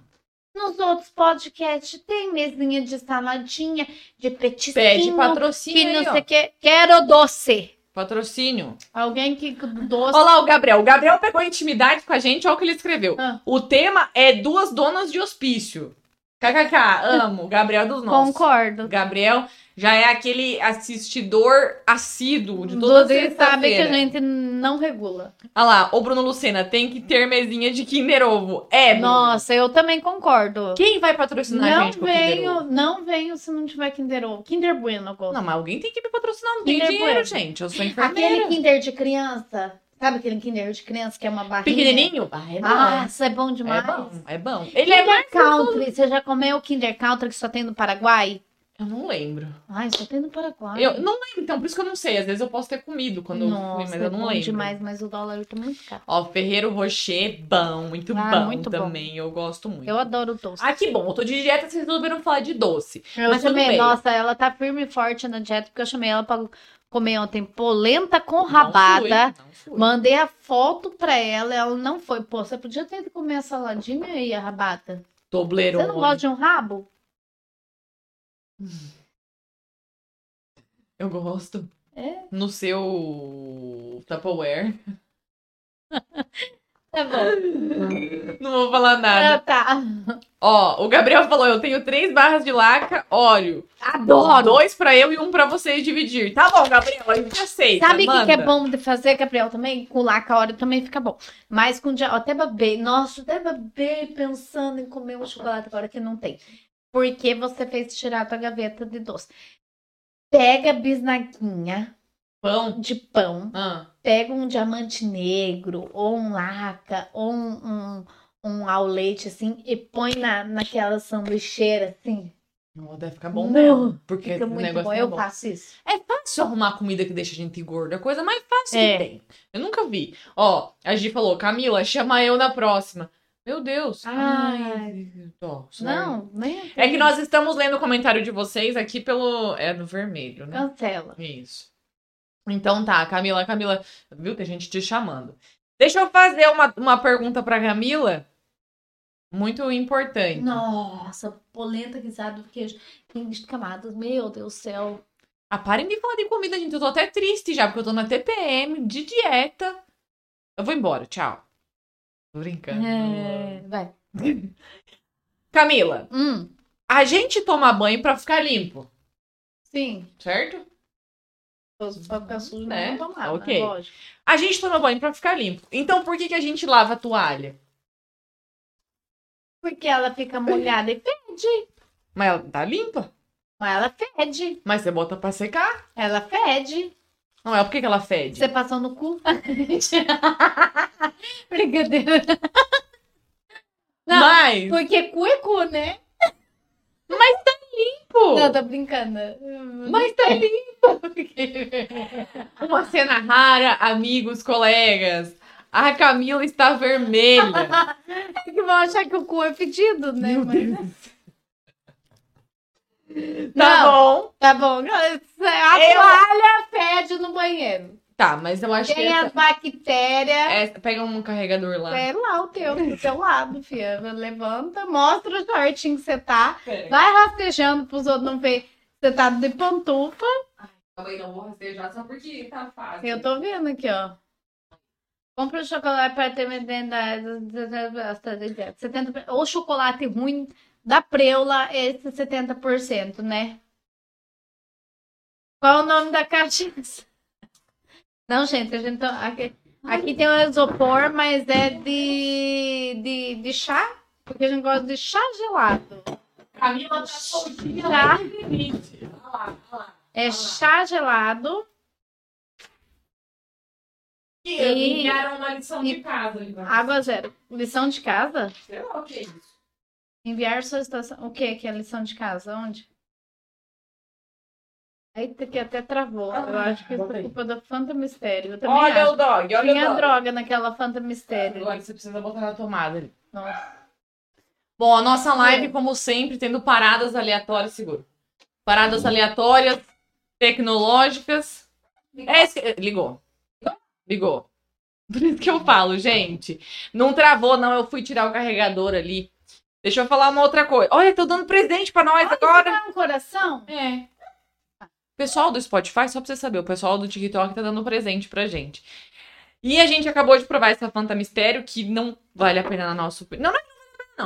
Speaker 2: Nos outros podcasts tem mesinha de saladinha, de petisquinho,
Speaker 1: Pede
Speaker 2: que
Speaker 1: patrocínio aí,
Speaker 2: não
Speaker 1: ó.
Speaker 2: sei o que. Quero doce.
Speaker 1: Patrocínio.
Speaker 2: Alguém que doce.
Speaker 1: Olha lá o Gabriel. O Gabriel pegou intimidade com a gente, olha o que ele escreveu.
Speaker 2: Ah.
Speaker 1: O tema é duas donas de hospício. KKK, amo. Gabriel é dos nossos.
Speaker 2: Concordo.
Speaker 1: Gabriel já é aquele assistidor assíduo Um de toda
Speaker 2: Você sabe que
Speaker 1: sexta-feira.
Speaker 2: a gente não regula.
Speaker 1: Olha lá, ô Bruno Lucena, tem que ter mesinha de Kinder Ovo. É, Bruno.
Speaker 2: Nossa, eu também concordo.
Speaker 1: Quem vai patrocinar a
Speaker 2: não
Speaker 1: né, gente com o Kinder
Speaker 2: venho,
Speaker 1: Ovo?
Speaker 2: não venho se não tiver Kinder Ovo. Kinder Bueno, eu gosto.
Speaker 1: Não, mas alguém tem que me patrocinar, não tem
Speaker 2: Kinder
Speaker 1: dinheiro,
Speaker 2: Bueno.
Speaker 1: gente. Eu sou
Speaker 2: Aquele
Speaker 1: enfermeira.
Speaker 2: Kinder de criança. Sabe aquele Kinder de criança que é uma barrinha?
Speaker 1: Pequenininho? Ah, é bom.
Speaker 2: Nossa, é bom
Speaker 1: é
Speaker 2: demais.
Speaker 1: bom, é bom. Ele é
Speaker 2: Kinder
Speaker 1: mais...
Speaker 2: Country. Você já comeu o Kinder Country que só tem no Paraguai?
Speaker 1: Eu não lembro.
Speaker 2: Ai, só tem no Paraguai.
Speaker 1: Eu não lembro, então por isso que eu não sei. Às vezes eu posso ter comido quando eu fui,
Speaker 2: Nossa,
Speaker 1: mas eu
Speaker 2: é
Speaker 1: não
Speaker 2: bom
Speaker 1: lembro.
Speaker 2: demais, mas o dólar tá muito caro.
Speaker 1: Ó, Ferreiro Rocher, bom, muito
Speaker 2: Ah,
Speaker 1: bom
Speaker 2: muito bom.
Speaker 1: também. Eu gosto muito.
Speaker 2: Eu adoro o doce.
Speaker 1: Ah, que bom. Eu tô de dieta, vocês resolveram falar de doce.
Speaker 2: Eu
Speaker 1: mas tudo
Speaker 2: chamei,
Speaker 1: bem.
Speaker 2: nossa, ela tá firme e forte na dieta, porque eu chamei ela pra comer ontem polenta com rabada.
Speaker 1: Não fui, não fui.
Speaker 2: Mandei a foto pra ela, ela não foi. Pô, você podia ter ido comer a saladinha e a rabada.
Speaker 1: Toblerone.
Speaker 2: Você não gosta de um rabo?
Speaker 1: Eu gosto.
Speaker 2: É?
Speaker 1: No seu Tupperware.
Speaker 2: Tá bom.
Speaker 1: Não vou falar nada.
Speaker 2: Ah, tá.
Speaker 1: Ó, o Gabriel falou: eu tenho três barras de laca, óleo.
Speaker 2: Adoro.
Speaker 1: Dois pra eu e um pra vocês dividir. Tá bom, Gabriel, a gente aceita.
Speaker 2: Sabe o que, que é
Speaker 1: manda.
Speaker 2: bom de fazer, Gabriel, também? Com laca, óleo também fica bom. Mas com dia... eu até babei. Nossa, eu até babei pensando em comer um chocolate agora que não tem. Porque você fez tirar a tua gaveta de doce. Pega a bisnaguinha
Speaker 1: Pão.
Speaker 2: de pão,
Speaker 1: Ah,
Speaker 2: pega um diamante negro, ou um laca, ou um, um, um ao leite, assim, e põe na, naquela sanduicheira, assim.
Speaker 1: não, deve ficar bom
Speaker 2: Não,
Speaker 1: mesmo. Porque
Speaker 2: Fica
Speaker 1: o
Speaker 2: muito
Speaker 1: negócio
Speaker 2: bom.
Speaker 1: é
Speaker 2: Eu
Speaker 1: bom.
Speaker 2: faço isso.
Speaker 1: É fácil arrumar comida que deixa a gente gorda. É a coisa mais fácil
Speaker 2: É.
Speaker 1: que tem. Eu nunca vi. Ó, a Gi falou, Camila, chama eu na próxima. Meu Deus.
Speaker 2: Ai.
Speaker 1: Ó, sorry.
Speaker 2: Não, nem
Speaker 1: É que nós estamos lendo o comentário de vocês aqui pelo. É no vermelho, né?
Speaker 2: Cancela.
Speaker 1: Isso. Então tá, Camila, Camila, viu? Tem gente te chamando. Deixa eu fazer uma, uma pergunta pra Camila. Muito importante.
Speaker 2: Nossa, polenta guisada do queijo em camadas. Meu Deus do céu.
Speaker 1: Ah, parem de falar de comida, gente. Eu tô até triste já, porque eu tô na TPM, de dieta. Eu vou embora, tchau. Tô brincando.
Speaker 2: É, vai.
Speaker 1: Camila,
Speaker 2: Hum,
Speaker 1: a gente toma banho pra ficar limpo,
Speaker 2: sim.
Speaker 1: certo?
Speaker 2: Os papéis sujos
Speaker 1: Né?
Speaker 2: não vão lá,
Speaker 1: Ok.
Speaker 2: né? lógico.
Speaker 1: A gente toma banho pra ficar limpo. Então por que, que a gente lava a toalha?
Speaker 2: Porque ela fica molhada e fede.
Speaker 1: Mas ela tá limpa.
Speaker 2: Mas ela fede.
Speaker 1: Mas você bota pra secar.
Speaker 2: Ela fede.
Speaker 1: Não é por que que ela fede?
Speaker 2: Você passou no cu. Brincadeira. Não,
Speaker 1: Mas,
Speaker 2: Porque cu é cu, né?
Speaker 1: pô,
Speaker 2: Não, tô brincando. Hum.
Speaker 1: mas tá limpo. Uma cena rara, amigos, colegas. A Camila está vermelha.
Speaker 2: É que vão achar que o cu é fedido, né?
Speaker 1: Meu
Speaker 2: Mas-
Speaker 1: Deus. Tá
Speaker 2: Não,
Speaker 1: bom.
Speaker 2: tá bom. A
Speaker 1: Eu-
Speaker 2: toalha fede no banheiro.
Speaker 1: Tá, mas eu acho que
Speaker 2: Tem as
Speaker 1: essa,
Speaker 2: bactérias.
Speaker 1: essa- pega um carregador lá.
Speaker 2: É lá o teu, do teu lado, fia. Levanta, mostra o shortinho que você tá.
Speaker 1: Pega.
Speaker 2: Vai rastejando pros outros não ver. Você tá de pantufa.
Speaker 1: Calma aí, não vou rastejar só porque tá fácil.
Speaker 2: Eu tô vendo aqui, ó. Compra o chocolate para ter vendendo a- 70%. Ou chocolate ruim da Preula, esse 70%, né? Qual o nome da cachaça? Não, gente, a gente tá- aqui, aqui tem o isopor, mas é de, de, de chá, porque a gente gosta de chá gelado.
Speaker 1: Camila tá soltinha
Speaker 2: Tá.
Speaker 1: lá no limite. Olha lá, olha lá.
Speaker 2: É chá gelado.
Speaker 1: E eu
Speaker 2: E-
Speaker 1: me enviaram uma lição de casa. Ivan.
Speaker 2: Água zero. Lição de casa?
Speaker 1: Sei lá o que é isso.
Speaker 2: Enviar solicitação. O que que é lição de casa? Onde? Eita, que até travou. eu
Speaker 1: Ah,
Speaker 2: acho que isso é
Speaker 1: botei.
Speaker 2: culpa da Fanta Mistério. Eu também
Speaker 1: Olha
Speaker 2: acho.
Speaker 1: o dog, olha
Speaker 2: Tinha
Speaker 1: o dog.
Speaker 2: droga naquela Fanta Mistério.
Speaker 1: Agora você precisa botar na tomada ali.
Speaker 2: Nossa.
Speaker 1: Bom, a nossa live, como sempre, tendo paradas aleatórias, seguro. Paradas aleatórias, tecnológicas. É isso que- eh, Ligou. Ligou. Por isso que eu falo, gente. Não travou, não. Eu fui tirar o carregador ali. Deixa eu falar uma outra coisa. Olha, tô dando presente pra nós agora.
Speaker 2: Dá um coração?
Speaker 1: É. O pessoal do Spotify, só pra você saber, o pessoal do TikTok tá dando presente pra gente. E a gente acabou de provar essa Fanta Mistério, que não vale a pena na nossa opinião. Não,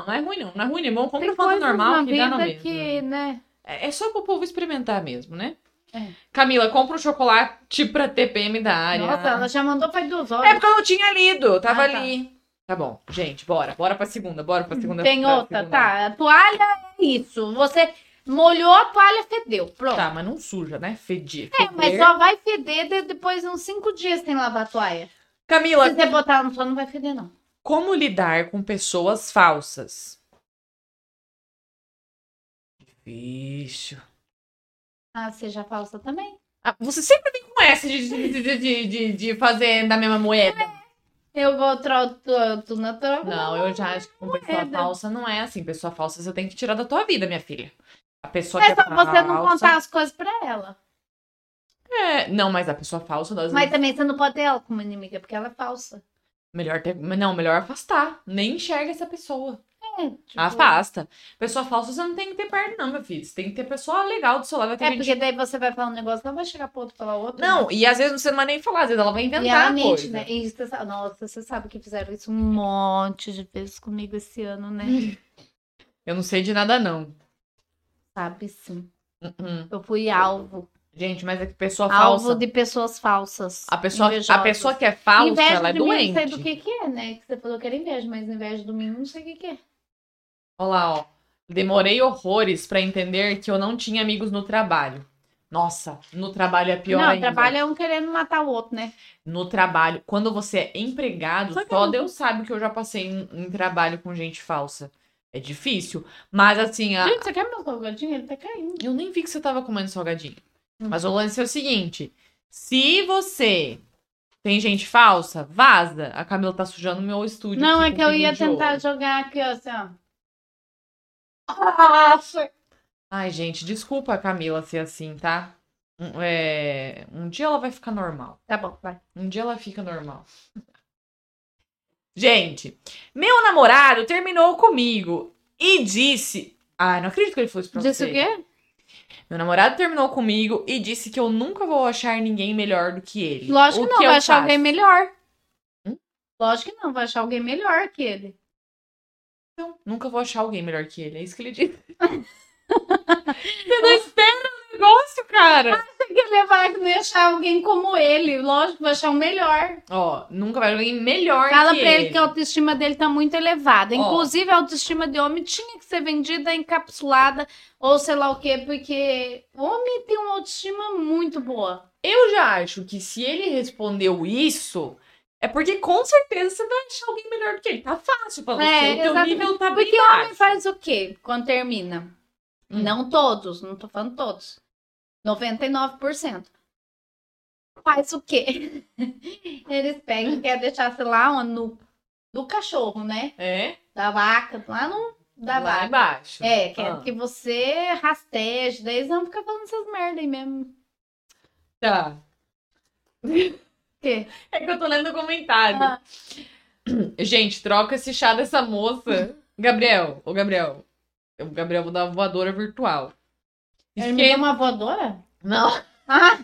Speaker 1: não, não, é ruim, não. Não é ruim, não. É bom. Compra
Speaker 2: Tem
Speaker 1: Fanta
Speaker 2: coisas na
Speaker 1: normal que dá no
Speaker 2: vida
Speaker 1: mesmo.
Speaker 2: que, né?
Speaker 1: É é só pro povo experimentar mesmo, né?
Speaker 2: É.
Speaker 1: Camila, compra um chocolate pra TPM da área.
Speaker 2: Nossa, ela já mandou faz duas horas.
Speaker 1: É porque eu não tinha lido, eu tava
Speaker 2: Ah, tá.
Speaker 1: ali. Tá bom, gente, bora. Bora pra segunda, bora pra segunda.
Speaker 2: Tem
Speaker 1: pra
Speaker 2: outra,
Speaker 1: segunda.
Speaker 2: tá. A toalha é isso. Você molhou a toalha, fedeu. Pronto.
Speaker 1: Tá, mas não suja, né? Fedir.
Speaker 2: É, mas só vai feder de- depois de uns cinco dias tem lavar a toalha.
Speaker 1: Camila,
Speaker 2: Se você botar no sol, não vai feder, não.
Speaker 1: Como lidar com pessoas falsas? Difícil.
Speaker 2: Ah, seja falsa também.
Speaker 1: Ah, você sempre vem com essa de, de, de- de, de, de fazer da mesma moeda.
Speaker 2: Eu vou tro- tu- tu na troca. É
Speaker 1: Não, eu já acho que com pessoa
Speaker 2: Moeda.
Speaker 1: falsa não é assim. Pessoa falsa você tem que tirar da tua vida, minha filha. A pessoa
Speaker 2: É
Speaker 1: que é
Speaker 2: só você não
Speaker 1: falsa-
Speaker 2: contar as coisas pra ela.
Speaker 1: É, não, mas a pessoa falsa nós
Speaker 2: Mas também você não pode ter ela como inimiga, porque ela é falsa.
Speaker 1: melhor ter- não, melhor afastar. Nem enxerga essa pessoa.
Speaker 2: É, tipo,
Speaker 1: Ah, Afasta. Pessoa falsa você não tem que ter perto não, meu filho. Você tem que ter pessoa legal do seu lado, vai ter
Speaker 2: É,
Speaker 1: gente
Speaker 2: porque daí você vai falar um negócio, não vai chegar pro outro falar outro. né?
Speaker 1: Não, e às vezes você não vai nem falar, às vezes ela vai
Speaker 2: E ela
Speaker 1: inventar a
Speaker 2: mente,
Speaker 1: coisa.
Speaker 2: né? E você sabe, nossa, você sabe que fizeram isso um monte de vezes comigo esse ano, né?
Speaker 1: Hum. Eu não sei de nada, não.
Speaker 2: sabe sim.
Speaker 1: Uh-uh.
Speaker 2: Eu fui alvo.
Speaker 1: Gente, mas é que pessoa
Speaker 2: alvo
Speaker 1: falsa.
Speaker 2: de pessoas falsas.
Speaker 1: A, pessoa, a
Speaker 2: invejosas.
Speaker 1: pessoa que é falsa,
Speaker 2: Inveja
Speaker 1: ela é
Speaker 2: de mim,
Speaker 1: doente.
Speaker 2: Não sei do que que é, né? Que você falou que era inveja, mas inveja do mim, não sei o que que é.
Speaker 1: Olha lá, ó. Demorei horrores pra entender que eu não tinha amigos no trabalho. Nossa, no trabalho é pior
Speaker 2: não,
Speaker 1: ainda.
Speaker 2: trabalha um querendo matar o outro, né?
Speaker 1: No trabalho, quando você é empregado,
Speaker 2: Só que
Speaker 1: só
Speaker 2: eu-
Speaker 1: Deus sabe que eu já passei em, em trabalho com gente falsa. É difícil. Mas assim, a,
Speaker 2: Gente, você quer meu salgadinho? Ele tá caindo.
Speaker 1: Eu nem vi que você tava comendo salgadinho.
Speaker 2: Hum.
Speaker 1: Mas o lance é o seguinte: se você tem gente falsa, vaza. A Camila tá sujando meu estúdio.
Speaker 2: Não,
Speaker 1: aqui
Speaker 2: é
Speaker 1: com
Speaker 2: que eu
Speaker 1: pinguim
Speaker 2: ia
Speaker 1: de
Speaker 2: tentar
Speaker 1: ouro.
Speaker 2: jogar aqui, ó, assim, ó. Nossa!
Speaker 1: Ai, gente, desculpa a Camila ser assim, tá? Um, é, um dia ela vai ficar normal.
Speaker 2: Tá bom, vai.
Speaker 1: Um dia ela fica normal. Gente, meu namorado terminou comigo e disse. Ai, não acredito que ele falou isso pra
Speaker 2: Disse
Speaker 1: você.
Speaker 2: o quê?
Speaker 1: Meu namorado terminou comigo e disse que eu nunca vou achar ninguém melhor do que ele.
Speaker 2: Lógico
Speaker 1: O
Speaker 2: que não,
Speaker 1: eu
Speaker 2: vai achar
Speaker 1: faço?
Speaker 2: alguém melhor.
Speaker 1: Hum?
Speaker 2: Lógico que não, vai achar alguém melhor que ele.
Speaker 1: Então, nunca vou achar alguém melhor que ele. É isso que ele disse. Você não espera o negócio, cara.
Speaker 2: Tem que levar que não ia achar alguém como ele. Lógico que vai achar um melhor.
Speaker 1: Ó, nunca vai achar alguém melhor
Speaker 2: Fala
Speaker 1: que
Speaker 2: pra ele
Speaker 1: ele
Speaker 2: que a autoestima dele tá muito elevada.
Speaker 1: Ó.
Speaker 2: Inclusive, a autoestima de homem tinha que ser vendida, encapsulada, ou sei lá o quê, porque homem tem uma autoestima muito boa.
Speaker 1: Eu já acho que se ele respondeu isso, é porque com certeza você vai achar alguém melhor do que ele. Tá fácil pra você.
Speaker 2: É,
Speaker 1: o teu
Speaker 2: exatamente.
Speaker 1: nível tá bem
Speaker 2: Porque o homem
Speaker 1: baixo.
Speaker 2: faz o quê quando termina?
Speaker 1: Hum.
Speaker 2: Não todos, não tô falando todos. 99%. Faz o quê? Eles pegam e querem deixar, sei lá, onde? no, do cachorro, né?
Speaker 1: É,
Speaker 2: Da vaca, lá no. Da vaca.
Speaker 1: lá embaixo.
Speaker 2: Tá É, que,
Speaker 1: Ah.
Speaker 2: que você rasteje, daí eles vão ficar falando essas merda aí mesmo.
Speaker 1: Tá.
Speaker 2: Quê?
Speaker 1: É que eu tô lendo o comentário.
Speaker 2: Ah.
Speaker 1: Gente, troca esse chá dessa moça. Gabriel, ô Gabriel. O Gabriel vou dar uma voadora virtual.
Speaker 2: Ele
Speaker 1: Esque-
Speaker 2: me deu uma voadora?
Speaker 1: Não.
Speaker 2: Ah,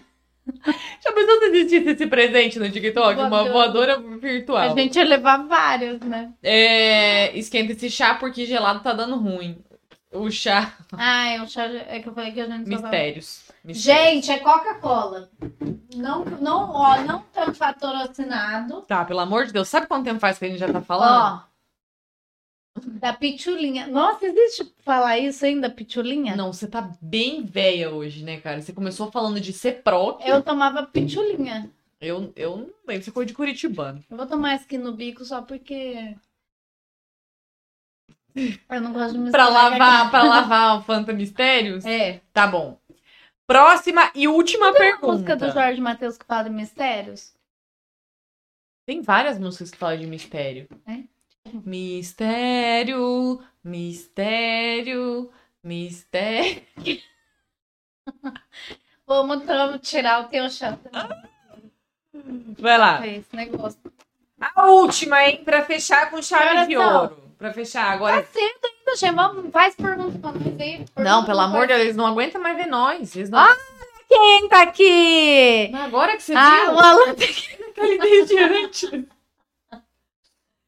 Speaker 1: Já pensou se existisse esse presente no TikTok? Uma
Speaker 2: Voadora.
Speaker 1: voadora virtual.
Speaker 2: a gente ia levar vários, né?
Speaker 1: É, Esquenta esse chá porque gelado tá dando ruim. O chá.
Speaker 2: Ah, eu já, é que eu falei que a gente só vai-
Speaker 1: Mistérios. Mistérios.
Speaker 2: Gente, é Coca-Cola. Não, não, ó, não tem patrocinado.
Speaker 1: Tá, pelo amor de Deus. Sabe quanto tempo faz que a gente já tá falando?
Speaker 2: Ó. Da pitulinha. Nossa, existe falar isso ainda, pitulinha?
Speaker 1: Não, você tá bem velha hoje, né, cara? Você começou falando de ser pró.
Speaker 2: Eu tomava pitulinha.
Speaker 1: Eu, eu não lembro. Você foi de Curitibano.
Speaker 2: Eu vou tomar esse aqui no bico só porque. Eu não gosto de misturar
Speaker 1: Pra
Speaker 2: com a
Speaker 1: lavar, pra lavar o Fanta Mistérios?
Speaker 2: É.
Speaker 1: Tá bom. Próxima e última
Speaker 2: Tem uma
Speaker 1: pergunta.
Speaker 2: música do Jorge Matheus que fala de mistérios?
Speaker 1: Tem várias músicas que falam de mistério.
Speaker 2: É?
Speaker 1: Mistério, mistério, mistério.
Speaker 2: Vamos então tirar o teu chato.
Speaker 1: Vai lá.
Speaker 2: Esse negócio.
Speaker 1: A última, hein? Pra fechar com chave
Speaker 2: Olha
Speaker 1: de
Speaker 2: só.
Speaker 1: ouro. Pra fechar agora.
Speaker 2: Tá cedo ainda, Gê. Vamos, faz pergunta pra nós aí.
Speaker 1: Não, pelo amor de Deus, eles não aguentam mais ver nós. Eles não...
Speaker 2: Quem tá aqui?
Speaker 1: Mas Agora que você
Speaker 2: Ah,
Speaker 1: viu,
Speaker 2: o Alan tem
Speaker 1: tá ali desde antes.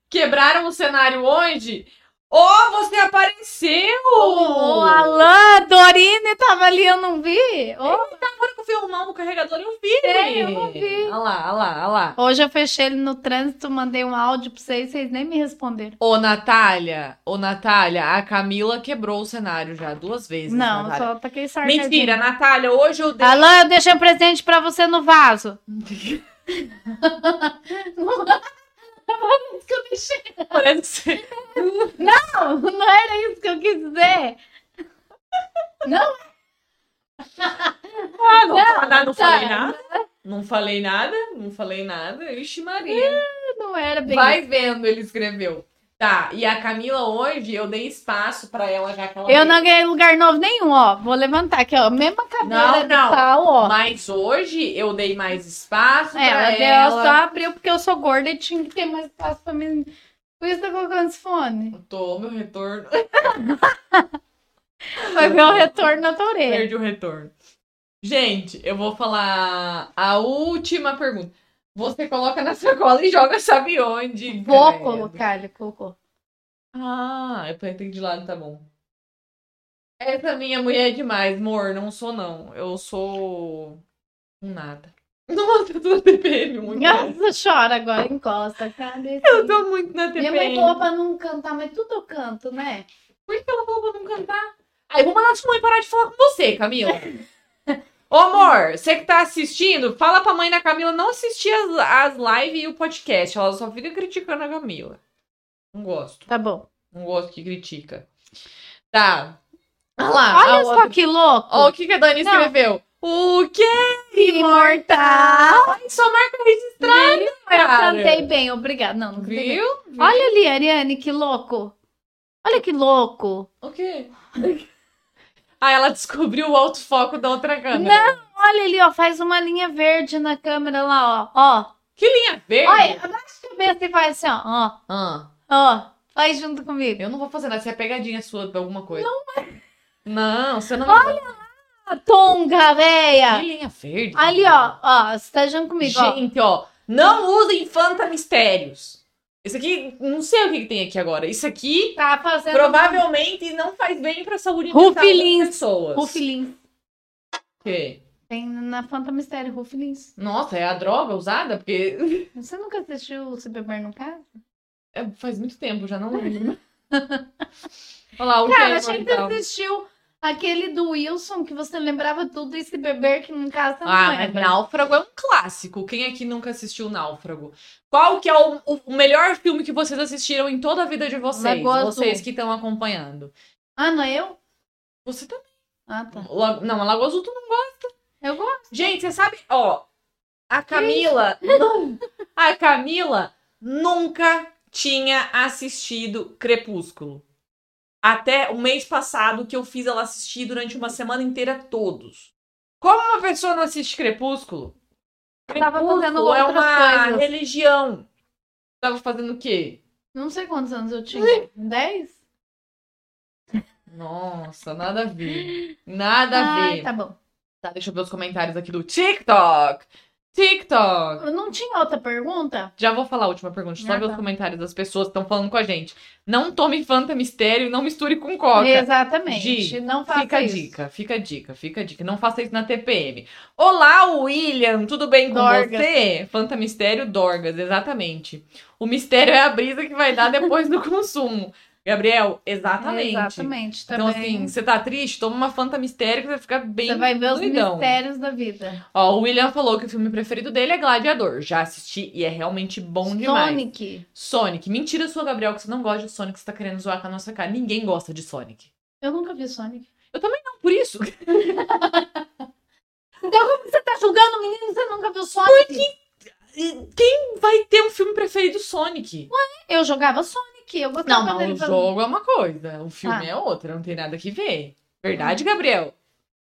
Speaker 1: Quebraram o cenário hoje? Oh, você apareceu!
Speaker 2: o Alan, Dorine tava ali, eu não vi. Ô,
Speaker 1: Agora que eu fui arrumar o carregador, eu vi!
Speaker 2: Sei, eu não vi.
Speaker 1: Olha lá, olha lá, olha lá.
Speaker 2: Hoje eu fechei ele no trânsito, mandei um áudio pra vocês, vocês nem me responderam.
Speaker 1: Ô, Natália, ô, Natália, a Camila quebrou o cenário já duas vezes.
Speaker 2: Não,
Speaker 1: Natália.
Speaker 2: só taquei sarcasmo.
Speaker 1: Mentira, Natália, hoje eu dei.
Speaker 2: Alan, eu deixei um presente pra você no vaso. Parece que eu deixei.
Speaker 1: Parece-
Speaker 2: Não, não era isso que eu quis dizer.
Speaker 1: Ah, não, não, não
Speaker 2: tá.
Speaker 1: falei nada. Não falei nada, não falei nada. Ixi, Maria.
Speaker 2: Não era bem
Speaker 1: Vai vendo, ele escreveu. Tá, e a Camila hoje, eu dei espaço pra ela já que ela.
Speaker 2: Eu não ganhei lugar novo nenhum, ó. Vou levantar aqui, ó. Mesma cadeira
Speaker 1: Não, não.
Speaker 2: do pau, ó.
Speaker 1: Mas hoje eu dei mais espaço
Speaker 2: É,
Speaker 1: pra
Speaker 2: ela, deu-
Speaker 1: ela.
Speaker 2: ela só abriu porque eu sou gorda e tinha que ter mais espaço pra mim. Por isso tá colocando esse fone.
Speaker 1: Tô, meu retorno.
Speaker 2: É. Vai ver o retorno na tua orelha.
Speaker 1: Perdi o retorno. Gente, eu vou falar a última pergunta. Você coloca na sacola e joga sabe onde?
Speaker 2: Vou
Speaker 1: credo.
Speaker 2: colocar, ele colocou.
Speaker 1: Ah, eu plantei de lado, tá bom. Essa minha mulher é demais, amor. Não sou, não. Eu sou... um Nada. Nossa, eu tô na TPM muito.
Speaker 2: Nossa, chora agora, encosta a cabeça.
Speaker 1: Eu tô muito na
Speaker 2: Minha
Speaker 1: TPM.
Speaker 2: mãe falou pra não cantar, mas tudo eu canto, né?
Speaker 1: Por que ela falou pra não cantar? Aí eu vou mandar sua mãe parar de falar com você, Camila. Ô, amor, você que tá assistindo, fala pra mãe da Camila não assistir as, as lives e o podcast. Ela só fica criticando a Camila. Não gosto.
Speaker 2: Tá bom.
Speaker 1: Não gosto que critica. Tá. Olha lá. a
Speaker 2: Olha só
Speaker 1: outra.
Speaker 2: que louco.
Speaker 1: Ó, o que, que a Dani
Speaker 2: Não.
Speaker 1: escreveu. O quê?
Speaker 2: Imortal.
Speaker 1: Ai, sua marca registrada,
Speaker 2: Eu
Speaker 1: cara.
Speaker 2: cantei bem, obrigada. Não, não cantei bem.
Speaker 1: Viu? Viu?
Speaker 2: Olha ali, Ariane, que louco. Olha que louco.
Speaker 1: O quê? Ah, ela descobriu o autofoco da outra câmera. Não.
Speaker 2: Olha ali, ó, faz uma linha verde na câmera lá, ó.
Speaker 1: Que linha verde.
Speaker 2: Ó. Olha, abaixa a cabeça e faz assim, ó. Ó.
Speaker 1: Ah.
Speaker 2: ó. Faz junto comigo.
Speaker 1: Eu não vou fazer nada, isso é pegadinha sua pra alguma coisa. Não,
Speaker 2: é.
Speaker 1: Não, você não.
Speaker 2: A Ah, Tonga,
Speaker 1: Que
Speaker 2: véia.
Speaker 1: linha verde.
Speaker 2: Ali, ó. Ó, você tá junto comigo, ó.
Speaker 1: Gente, ó. Não usem Fanta Mistérios. Isso aqui, não sei o que, que tem aqui agora. Isso aqui
Speaker 2: Tá fazendo...
Speaker 1: provavelmente não faz bem pra saúde mental
Speaker 2: Rufilins.
Speaker 1: das pessoas.
Speaker 2: Rufilins.
Speaker 1: O quê?
Speaker 2: Tem na Fanta Mistério, Rufilins.
Speaker 1: Nossa, é a droga usada? Porque
Speaker 2: Você nunca assistiu Se Beber no Caso?
Speaker 1: é, faz muito tempo, já não lembro. Olha lá, o
Speaker 2: Cara,
Speaker 1: que
Speaker 2: a
Speaker 1: é
Speaker 2: gente
Speaker 1: imortal.
Speaker 2: assistiu aquele do Wilson, que você lembrava tudo, e Se Beber que no Caso, você não
Speaker 1: Ah, mas
Speaker 2: lembra.
Speaker 1: Náufrago é um clássico. Quem aqui nunca assistiu Náufrago? Qual que é o, o- o melhor filme que vocês assistiram em toda a vida de vocês?
Speaker 2: Lagoa Azul.
Speaker 1: vocês que estão acompanhando.
Speaker 2: Ah, não é eu?
Speaker 1: Você também.
Speaker 2: Ah, tá.
Speaker 1: La- Não, a Lagoa Azul tu não gosta.
Speaker 2: Eu gosto.
Speaker 1: Gente, você sabe, ó, a Camila. Não, a Camila nunca tinha assistido Crepúsculo. Até o mês passado que eu fiz ela assistir durante uma semana inteira todos. Como uma pessoa não assiste Crepúsculo?
Speaker 2: Eu tava fazendo
Speaker 1: Crepúsculo é
Speaker 2: outras
Speaker 1: uma
Speaker 2: coisas.
Speaker 1: religião. Tava fazendo o quê?
Speaker 2: Não sei quantos anos eu tinha. Dez?
Speaker 1: Nossa, nada a ver. Nada a
Speaker 2: Ai,
Speaker 1: ver.
Speaker 2: tá bom.
Speaker 1: Tá, deixa eu ver os comentários aqui do TikTok. TikTok.
Speaker 2: Não tinha outra pergunta?
Speaker 1: Já vou falar a última pergunta. Só
Speaker 2: Ah,
Speaker 1: ver
Speaker 2: tá.
Speaker 1: os comentários das pessoas que estão falando com a gente. Não tome Fanta Mistério e não misture com Coca.
Speaker 2: Exatamente.
Speaker 1: Gi,
Speaker 2: não faça
Speaker 1: Fica a
Speaker 2: isso.
Speaker 1: dica, fica a dica, fica a dica. Não faça isso na TPM. Olá, William, tudo bem com
Speaker 2: Dorgas.
Speaker 1: você? Fanta Mistério Dorgas, exatamente. O mistério é a brisa que vai dar depois do consumo. Gabriel, exatamente.
Speaker 2: Exatamente.
Speaker 1: Então,
Speaker 2: também.
Speaker 1: assim, você tá triste? Toma uma Fanta Mistério que você vai ficar bem
Speaker 2: você vai ver os
Speaker 1: doidão.
Speaker 2: mistérios da vida.
Speaker 1: Ó, o William falou que o filme preferido dele é Gladiador. Já assisti e é realmente bom demais.
Speaker 2: Sonic.
Speaker 1: Sonic. Mentira sua, Gabriel, que você não gosta de Sonic, você tá querendo zoar com a nossa cara. Ninguém gosta de Sonic.
Speaker 2: Eu nunca vi Sonic.
Speaker 1: Por isso.
Speaker 2: Então, como você tá julgando o menino, você nunca viu Sonic?
Speaker 1: E Quem vai ter um filme preferido Sonic?
Speaker 2: Eu jogava Sonic, eu
Speaker 1: Não,
Speaker 2: gostava
Speaker 1: mas
Speaker 2: Um dele.
Speaker 1: o
Speaker 2: fazendo-
Speaker 1: jogo é uma coisa, o filme
Speaker 2: Ah. Uhum.
Speaker 1: é outra, não tem nada que ver. Verdade, Gabriel?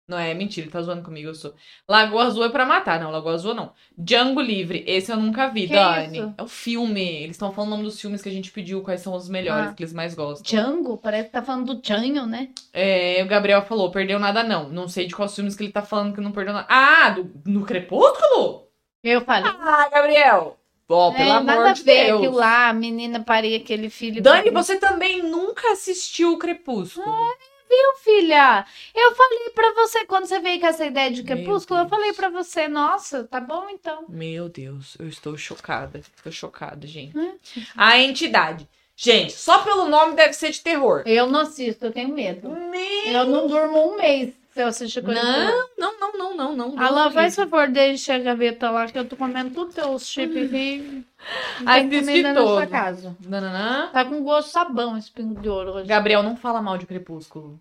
Speaker 1: Não é mentira, ele tá zoando comigo, eu sou. Lagoa Azul é pra matar, não, Lagoa Azul não. Django Livre, esse eu nunca vi,
Speaker 2: Que
Speaker 1: Dani.
Speaker 2: isso?
Speaker 1: É o filme, eles estão falando o nome dos filmes que a gente pediu, quais são os melhores,
Speaker 2: Ah.
Speaker 1: que eles mais gostam.
Speaker 2: Django, parece que tá falando do Django, né?
Speaker 1: É, o Gabriel falou, perdeu nada não. Não sei de quais filmes que ele tá falando que não perdeu nada. Ah, do, no Crepúsculo?
Speaker 2: Eu falei.
Speaker 1: Ah, Gabriel! Ó, pelo
Speaker 2: é, nada
Speaker 1: amor
Speaker 2: a
Speaker 1: de
Speaker 2: ver
Speaker 1: Deus.
Speaker 2: aquilo lá, a menina paria aquele filho.
Speaker 1: Dani,
Speaker 2: do-
Speaker 1: você também nunca assistiu o Crepúsculo.
Speaker 2: Meu filha, eu falei pra você, quando você veio com essa ideia de
Speaker 1: Meu
Speaker 2: crepúsculo, eu
Speaker 1: Deus.
Speaker 2: falei pra você, nossa, tá bom então.
Speaker 1: Meu Deus, eu estou chocada. Estou chocada, gente.
Speaker 2: Hum.
Speaker 1: A entidade. Gente, só pelo nome deve ser de terror.
Speaker 2: Eu não assisto, eu tenho medo.
Speaker 1: Me-
Speaker 2: Eu não durmo um mês se eu assistir coisa. assim.
Speaker 1: Não, não, não, não, não, não.
Speaker 2: Alan,
Speaker 1: Deus
Speaker 2: faz favor, deixa a gaveta lá, que eu tô comendo tudo teus chips aqui. Não
Speaker 1: Ai,
Speaker 2: tem
Speaker 1: assisti
Speaker 2: comida nessa
Speaker 1: todo.
Speaker 2: casa.
Speaker 1: livre. Nananã.
Speaker 2: Tá com gosto de sabão esse pingo de ouro hoje.
Speaker 1: Gabriel, não fala mal de Crepúsculo.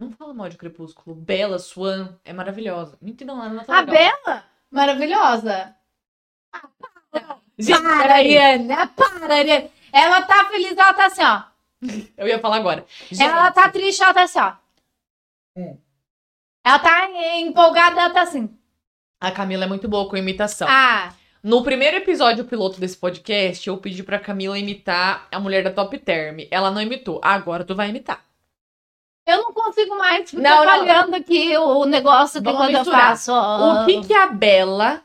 Speaker 1: Não fala mal de Crepúsculo. Bela, Swan, é maravilhosa. Não entendo nada, não tá
Speaker 2: A
Speaker 1: legal.
Speaker 2: Bela, maravilhosa.
Speaker 1: Gente,
Speaker 2: para,
Speaker 1: peraí.
Speaker 2: Ariana, para, Ariana. né? Ela tá feliz, ela tá assim, ó.
Speaker 1: Eu ia falar agora.
Speaker 2: Ela
Speaker 1: Gente,
Speaker 2: tá triste, ela tá assim, ó.
Speaker 1: Hum.
Speaker 2: Ela tá empolgada, ela tá assim.
Speaker 1: A Camila é muito boa com imitação.
Speaker 2: Ah,
Speaker 1: No primeiro episódio piloto desse podcast, eu pedi pra Camila imitar a mulher da Top Term. Ela não imitou. Agora tu vai imitar.
Speaker 2: eu não consigo mais ficar
Speaker 1: Não, não.
Speaker 2: olhando aqui o o negócio que
Speaker 1: Vamos
Speaker 2: quando eu
Speaker 1: misturar.
Speaker 2: faço. ó.
Speaker 1: O que que a Bela.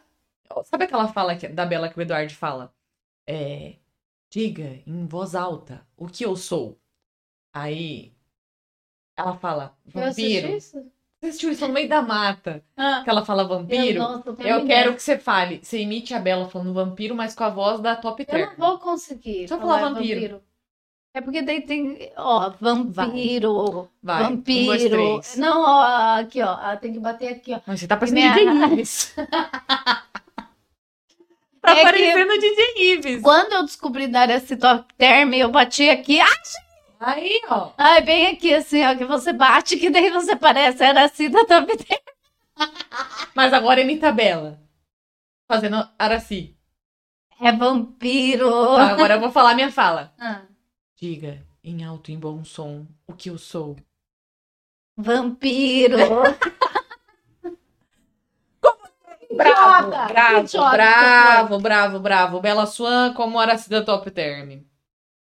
Speaker 1: Sabe aquela fala que- da Bela que o Eduardo fala? É. Diga em voz alta o que eu sou. Aí. Ela fala,
Speaker 2: Eu assisti
Speaker 1: vampiro.
Speaker 2: isso?
Speaker 1: Você assistiu isso no meio da mata?
Speaker 2: Ah,
Speaker 1: Que ela fala
Speaker 2: eu,
Speaker 1: vampiro.
Speaker 2: nossa, eu, tenho
Speaker 1: Eu,
Speaker 2: medo.
Speaker 1: quero que você fale. Você imite a Bela falando vampiro, mas com a voz da top
Speaker 2: Eu não
Speaker 1: term.
Speaker 2: vou conseguir.
Speaker 1: Só falar vampiro.
Speaker 2: É porque daí tem. Ó, vampiro.
Speaker 1: Vai. Um, dois,
Speaker 2: Vampiro.
Speaker 1: três.
Speaker 2: não, ó, aqui, ó. ah, Tem que bater aqui, ó.
Speaker 1: Mas você tá parecendo
Speaker 2: Minha-
Speaker 1: DJ Ives. tá
Speaker 2: É que-
Speaker 1: parecendo DJ Ives.
Speaker 2: Quando eu descobri dar esse top term, eu bati aqui. ah,
Speaker 1: Aí, ó.
Speaker 2: Ai, bem aqui, assim, ó, que você bate, que daí você parece Aracida Top Term.
Speaker 1: Mas agora imita a Bela. Fazendo Araci.
Speaker 2: É vampiro.
Speaker 1: Tá, agora eu vou falar minha fala.
Speaker 2: Ah,
Speaker 1: Diga em alto e bom som o que eu sou.
Speaker 2: vampiro.
Speaker 1: Bravo,
Speaker 2: Idiota,
Speaker 1: bravo,
Speaker 2: idiota,
Speaker 1: bravo, bravo, bravo. Bela Swan como Aracida Top Term.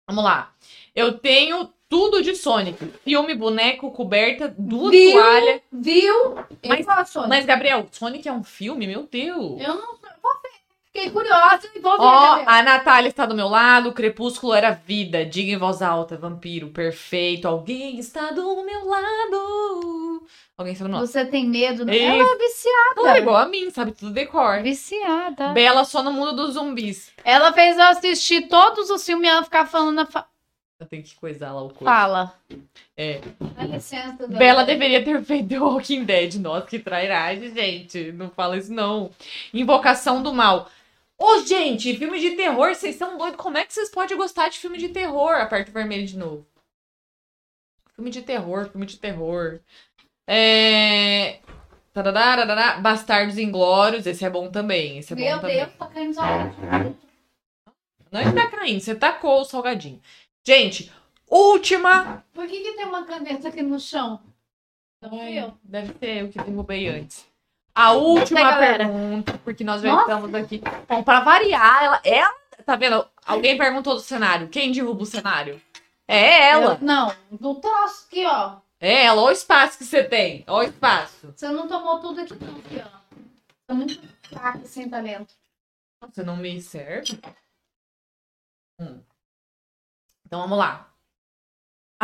Speaker 1: Vamos lá. Eu tenho tudo de Sonic. Filme, boneco, coberta, duas
Speaker 2: Viu?
Speaker 1: toalhas.
Speaker 2: Viu?
Speaker 1: Mas-
Speaker 2: eu, gosto.
Speaker 1: Mas, Gabriel, Sonic é um filme? Meu Deus.
Speaker 2: eu não eu vou ver. Fiquei curiosa e vou ver. né,
Speaker 1: Ó,
Speaker 2: Gabriel.
Speaker 1: a Natália está do meu lado, o crepúsculo era vida. Diga em voz alta, vampiro, perfeito. Alguém está do meu lado. Alguém está do meu lado.
Speaker 2: Você tem medo? Não?
Speaker 1: Isso.
Speaker 2: Ela é viciada.
Speaker 1: Ela é igual a mim, sabe tudo decor.
Speaker 2: Viciada.
Speaker 1: Bela só no mundo dos zumbis.
Speaker 2: Ela fez eu assistir todos os filmes e ela ficar falando na fa-
Speaker 1: Eu tenho que coisar lá o corpo.
Speaker 2: fala.
Speaker 1: É.
Speaker 2: Dá licença, Dona.
Speaker 1: Bela deveria ter feito The Walking Dead. Nossa, que trairagem, gente. Não fala isso, não. Invocação do Mal. Ô, gente, filme de terror, vocês são doidos. Como é que vocês podem gostar de filme de terror? Aperta o vermelho de novo. Filme de terror, filme de terror. É... Tadadá, tadadá. Bastardos Inglórios, esse é bom também. Esse é
Speaker 2: Meu
Speaker 1: bom também.
Speaker 2: Deus, tá caindo salgadinho.
Speaker 1: Não está caindo, você tacou o salgadinho. Gente, última.
Speaker 2: Por que, que tem uma caneta aqui no chão? Não Então fui eu.
Speaker 1: Deve ser eu que derrubei antes. A última
Speaker 2: Né, galera?
Speaker 1: pergunta, porque nós já
Speaker 2: Nossa.
Speaker 1: estamos aqui. Bom, pra variar, ela, ela. Tá vendo? Alguém perguntou do cenário. Quem derruba o cenário? É ela.
Speaker 2: Eu- não, do troço aqui, ó.
Speaker 1: É ela. Olha o espaço que você tem. Olha o espaço.
Speaker 2: Você não tomou tudo aqui, não, aqui, ó. Tô muito assim, tá fraca, sem talento.
Speaker 1: Você não me serve? Hum. Então vamos lá.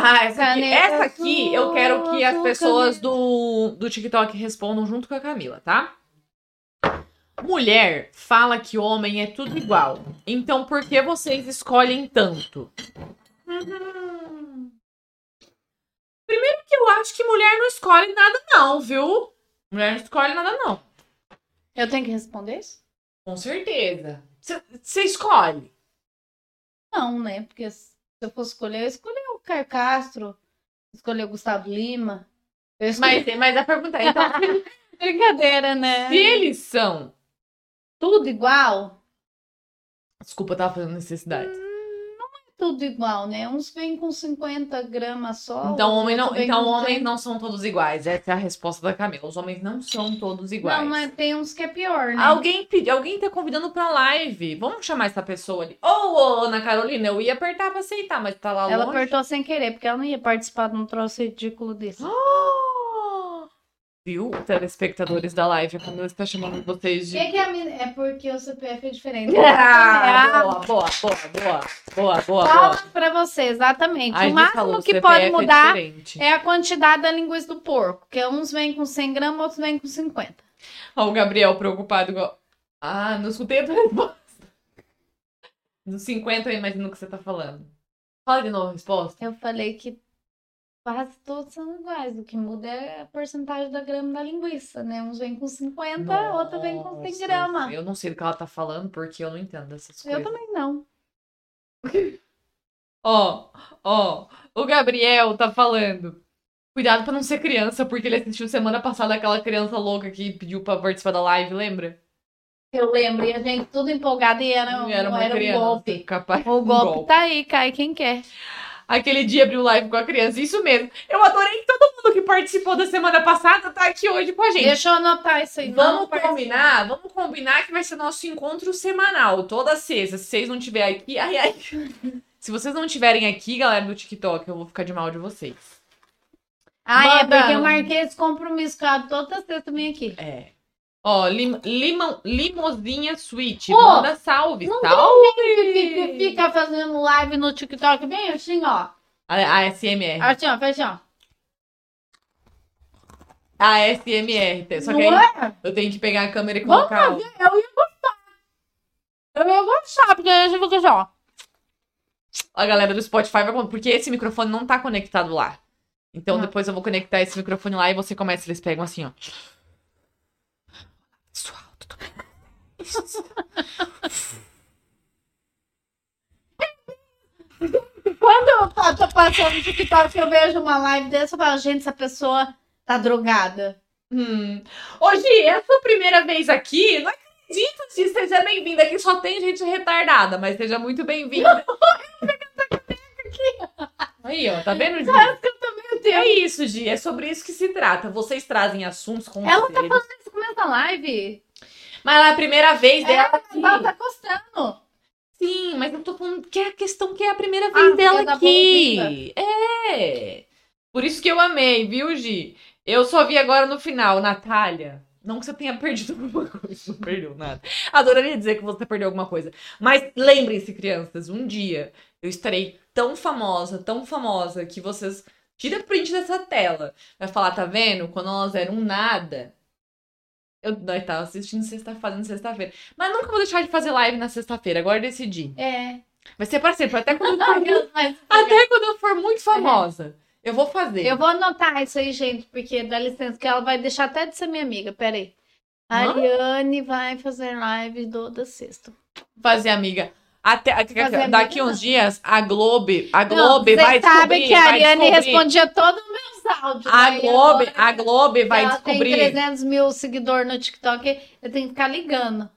Speaker 1: Ah, essa aqui,
Speaker 2: Caneta
Speaker 1: essa aqui eu quero que as
Speaker 2: azul,
Speaker 1: pessoas do, do TikTok respondam junto com a Camila, tá? Mulher fala que homem é tudo igual. Então por que vocês escolhem tanto? Primeiro que eu acho que mulher não escolhe nada, não, viu? Mulher não escolhe nada, não.
Speaker 2: Eu tenho que responder isso?
Speaker 1: Com certeza. Você escolhe.
Speaker 2: Não, né? Porque se eu fosse escolher, eu escolhi o Caio Castro, escolhi o Gustavo Lima. Eu escolhi...
Speaker 1: Mas, mas a pergunta é, então,
Speaker 2: Brincadeira, né?
Speaker 1: Se eles são.
Speaker 2: Tudo igual?
Speaker 1: Desculpa, eu tava fazendo necessidade.
Speaker 2: Tudo igual, né? Uns vêm com 50 gramas só.
Speaker 1: Então,
Speaker 2: outros
Speaker 1: homem não,
Speaker 2: vêm
Speaker 1: então
Speaker 2: com
Speaker 1: homens
Speaker 2: 100.
Speaker 1: não são todos iguais. Essa é a resposta da Camila. Os homens não são todos iguais.
Speaker 2: Não, mas tem uns que é pior, né?
Speaker 1: Alguém, pedi- alguém tá convidando pra live. Vamos chamar essa pessoa ali. Ô, ô, Ana Carolina, eu ia apertar pra aceitar, mas tá lá
Speaker 2: Ela
Speaker 1: longe.
Speaker 2: apertou sem querer, porque ela não ia participar de um troço ridículo desse.
Speaker 1: Ah! Viu, telespectadores da live? é A Camila está chamando vocês de.
Speaker 2: que é, é porque o CPF é diferente.
Speaker 1: Ah, boa, boa, boa, boa, boa, boa, boa.
Speaker 2: Palmas pra você, exatamente.
Speaker 1: A
Speaker 2: o
Speaker 1: Gi
Speaker 2: máximo
Speaker 1: falou,
Speaker 2: que
Speaker 1: CPF
Speaker 2: pode mudar
Speaker 1: É
Speaker 2: é,
Speaker 1: diferente.
Speaker 2: a quantidade da linguiça do porco. Que uns vêm com 100 gramas, outros vêm com 50.
Speaker 1: Ó, o Gabriel preocupado. igual- Ah, não escutei a tua resposta. Dos 50, eu imagino o que você tá falando. Fala de novo a resposta.
Speaker 2: Eu falei que quase todos são iguais. O que muda é a porcentagem da grama da linguiça, né? Uns vêm com 50, outros vêm com 100
Speaker 1: Nossa,
Speaker 2: gramas.
Speaker 1: Eu não sei do que ela tá falando, porque eu não entendo dessas
Speaker 2: Eu
Speaker 1: coisas.
Speaker 2: também não.
Speaker 1: Ó, ó, o Gabriel tá falando. Cuidado pra não ser criança, porque ele assistiu semana passada aquela criança louca que pediu pra participar da live, lembra?
Speaker 2: Eu lembro, e a gente tudo empolgada e era, um- era um golpe.
Speaker 1: Capaz...
Speaker 2: O
Speaker 1: um
Speaker 2: golpe,
Speaker 1: golpe.
Speaker 2: tá aí, cai quem quer.
Speaker 1: Aquele dia abriu live com a criança, isso mesmo. Eu adorei que todo mundo que participou da semana passada tá aqui hoje com a gente.
Speaker 2: Deixa eu anotar isso aí.
Speaker 1: Vamos
Speaker 2: não participa.
Speaker 1: combinar, vamos combinar que vai ser nosso encontro semanal, toda sexta. Se vocês não tiverem aqui, ai, ai. Se vocês não tiverem aqui, galera do TikTok, eu vou ficar de mal de vocês.
Speaker 2: Ah, é,
Speaker 1: Manda.
Speaker 2: porque eu marquei esse compromisso com ela toda sexta vem aqui.
Speaker 1: É. Ó, lim, limão, limosinha suíte.
Speaker 2: Ô,
Speaker 1: Manda salve,
Speaker 2: não
Speaker 1: salve!
Speaker 2: Que fica, fica fazendo live no TikTok bem assim, ó.
Speaker 1: A, a SMR.
Speaker 2: Assim, ó, faz assim, ó.
Speaker 1: A SMR. Só
Speaker 2: Não
Speaker 1: que aí
Speaker 2: é?
Speaker 1: eu tenho que pegar a câmera e
Speaker 2: Vamos
Speaker 1: colocar. o-
Speaker 2: Eu ia gostar. Eu ia gostar, porque a gente fica assim, ó.
Speaker 1: A galera do Spotify vai. Porque esse microfone não tá conectado lá. Então
Speaker 2: Não.
Speaker 1: depois eu vou conectar esse microfone lá e você começa. Eles pegam assim, ó. Pessoal, tudo bem com vocês?
Speaker 2: Quando eu pa- tô passando no TikTok, eu vejo uma live dessa, eu falo, gente, essa pessoa tá drogada.
Speaker 1: Hum. Ô, Gi, é a sua primeira vez aqui? Não acredito, Gi, seja bem-vinda. Aqui só tem gente retardada, mas seja muito bem-vinda. Aí, ó, tá vendo, Gi?
Speaker 2: Meu
Speaker 1: É isso, Gi, é sobre isso que se trata. Vocês trazem assuntos com
Speaker 2: Ela tá
Speaker 1: Ah,
Speaker 2: falando isso começa a live.
Speaker 1: Mas ela é a primeira vez dela aqui.
Speaker 2: Ela tá gostando.
Speaker 1: Sim, mas eu tô falando que é a questão que é a primeira
Speaker 2: Ah,
Speaker 1: vez
Speaker 2: porque
Speaker 1: dela
Speaker 2: da
Speaker 1: aqui. É. Por isso que eu amei, viu, Gi? Eu só vi agora no final, Natália. Não que você tenha perdido alguma coisa, não perdeu nada. Adoraria dizer que você perdeu alguma coisa. Mas lembrem-se, crianças, um dia eu estarei tão famosa, tão famosa, que vocês. Tira print dessa tela. Vai falar, tá vendo? Quando elas eram nada. Eu, nós tava assistindo sexta, fazendo sexta-feira. Mas nunca vou deixar de fazer live na sexta-feira. Agora eu decidi.
Speaker 2: É.
Speaker 1: Vai ser pra sempre, até quando eu for,
Speaker 2: Ai,
Speaker 1: muito-
Speaker 2: Deus, mas-
Speaker 1: até quando eu for muito famosa. Eu vou fazer.
Speaker 2: Eu vou anotar isso aí, gente, porque dá licença que ela vai deixar até de ser minha amiga. Peraí. A
Speaker 1: Hã?
Speaker 2: Ariane vai fazer live toda sexta.
Speaker 1: Fazer, amiga. Até,
Speaker 2: Fazer
Speaker 1: daqui
Speaker 2: amiga,
Speaker 1: uns dias, a Globo, a
Speaker 2: Não,
Speaker 1: Globo
Speaker 2: vocês
Speaker 1: vai
Speaker 2: sabem
Speaker 1: descobrir.
Speaker 2: que a
Speaker 1: vai
Speaker 2: Ariane
Speaker 1: descobrir.
Speaker 2: respondia todos os meus áudios.
Speaker 1: A
Speaker 2: né? E
Speaker 1: Globo,
Speaker 2: agora
Speaker 1: a Globo vai
Speaker 2: ela
Speaker 1: descobrir.
Speaker 2: tem 300 mil seguidores no TikTok, eu tenho que ficar ligando.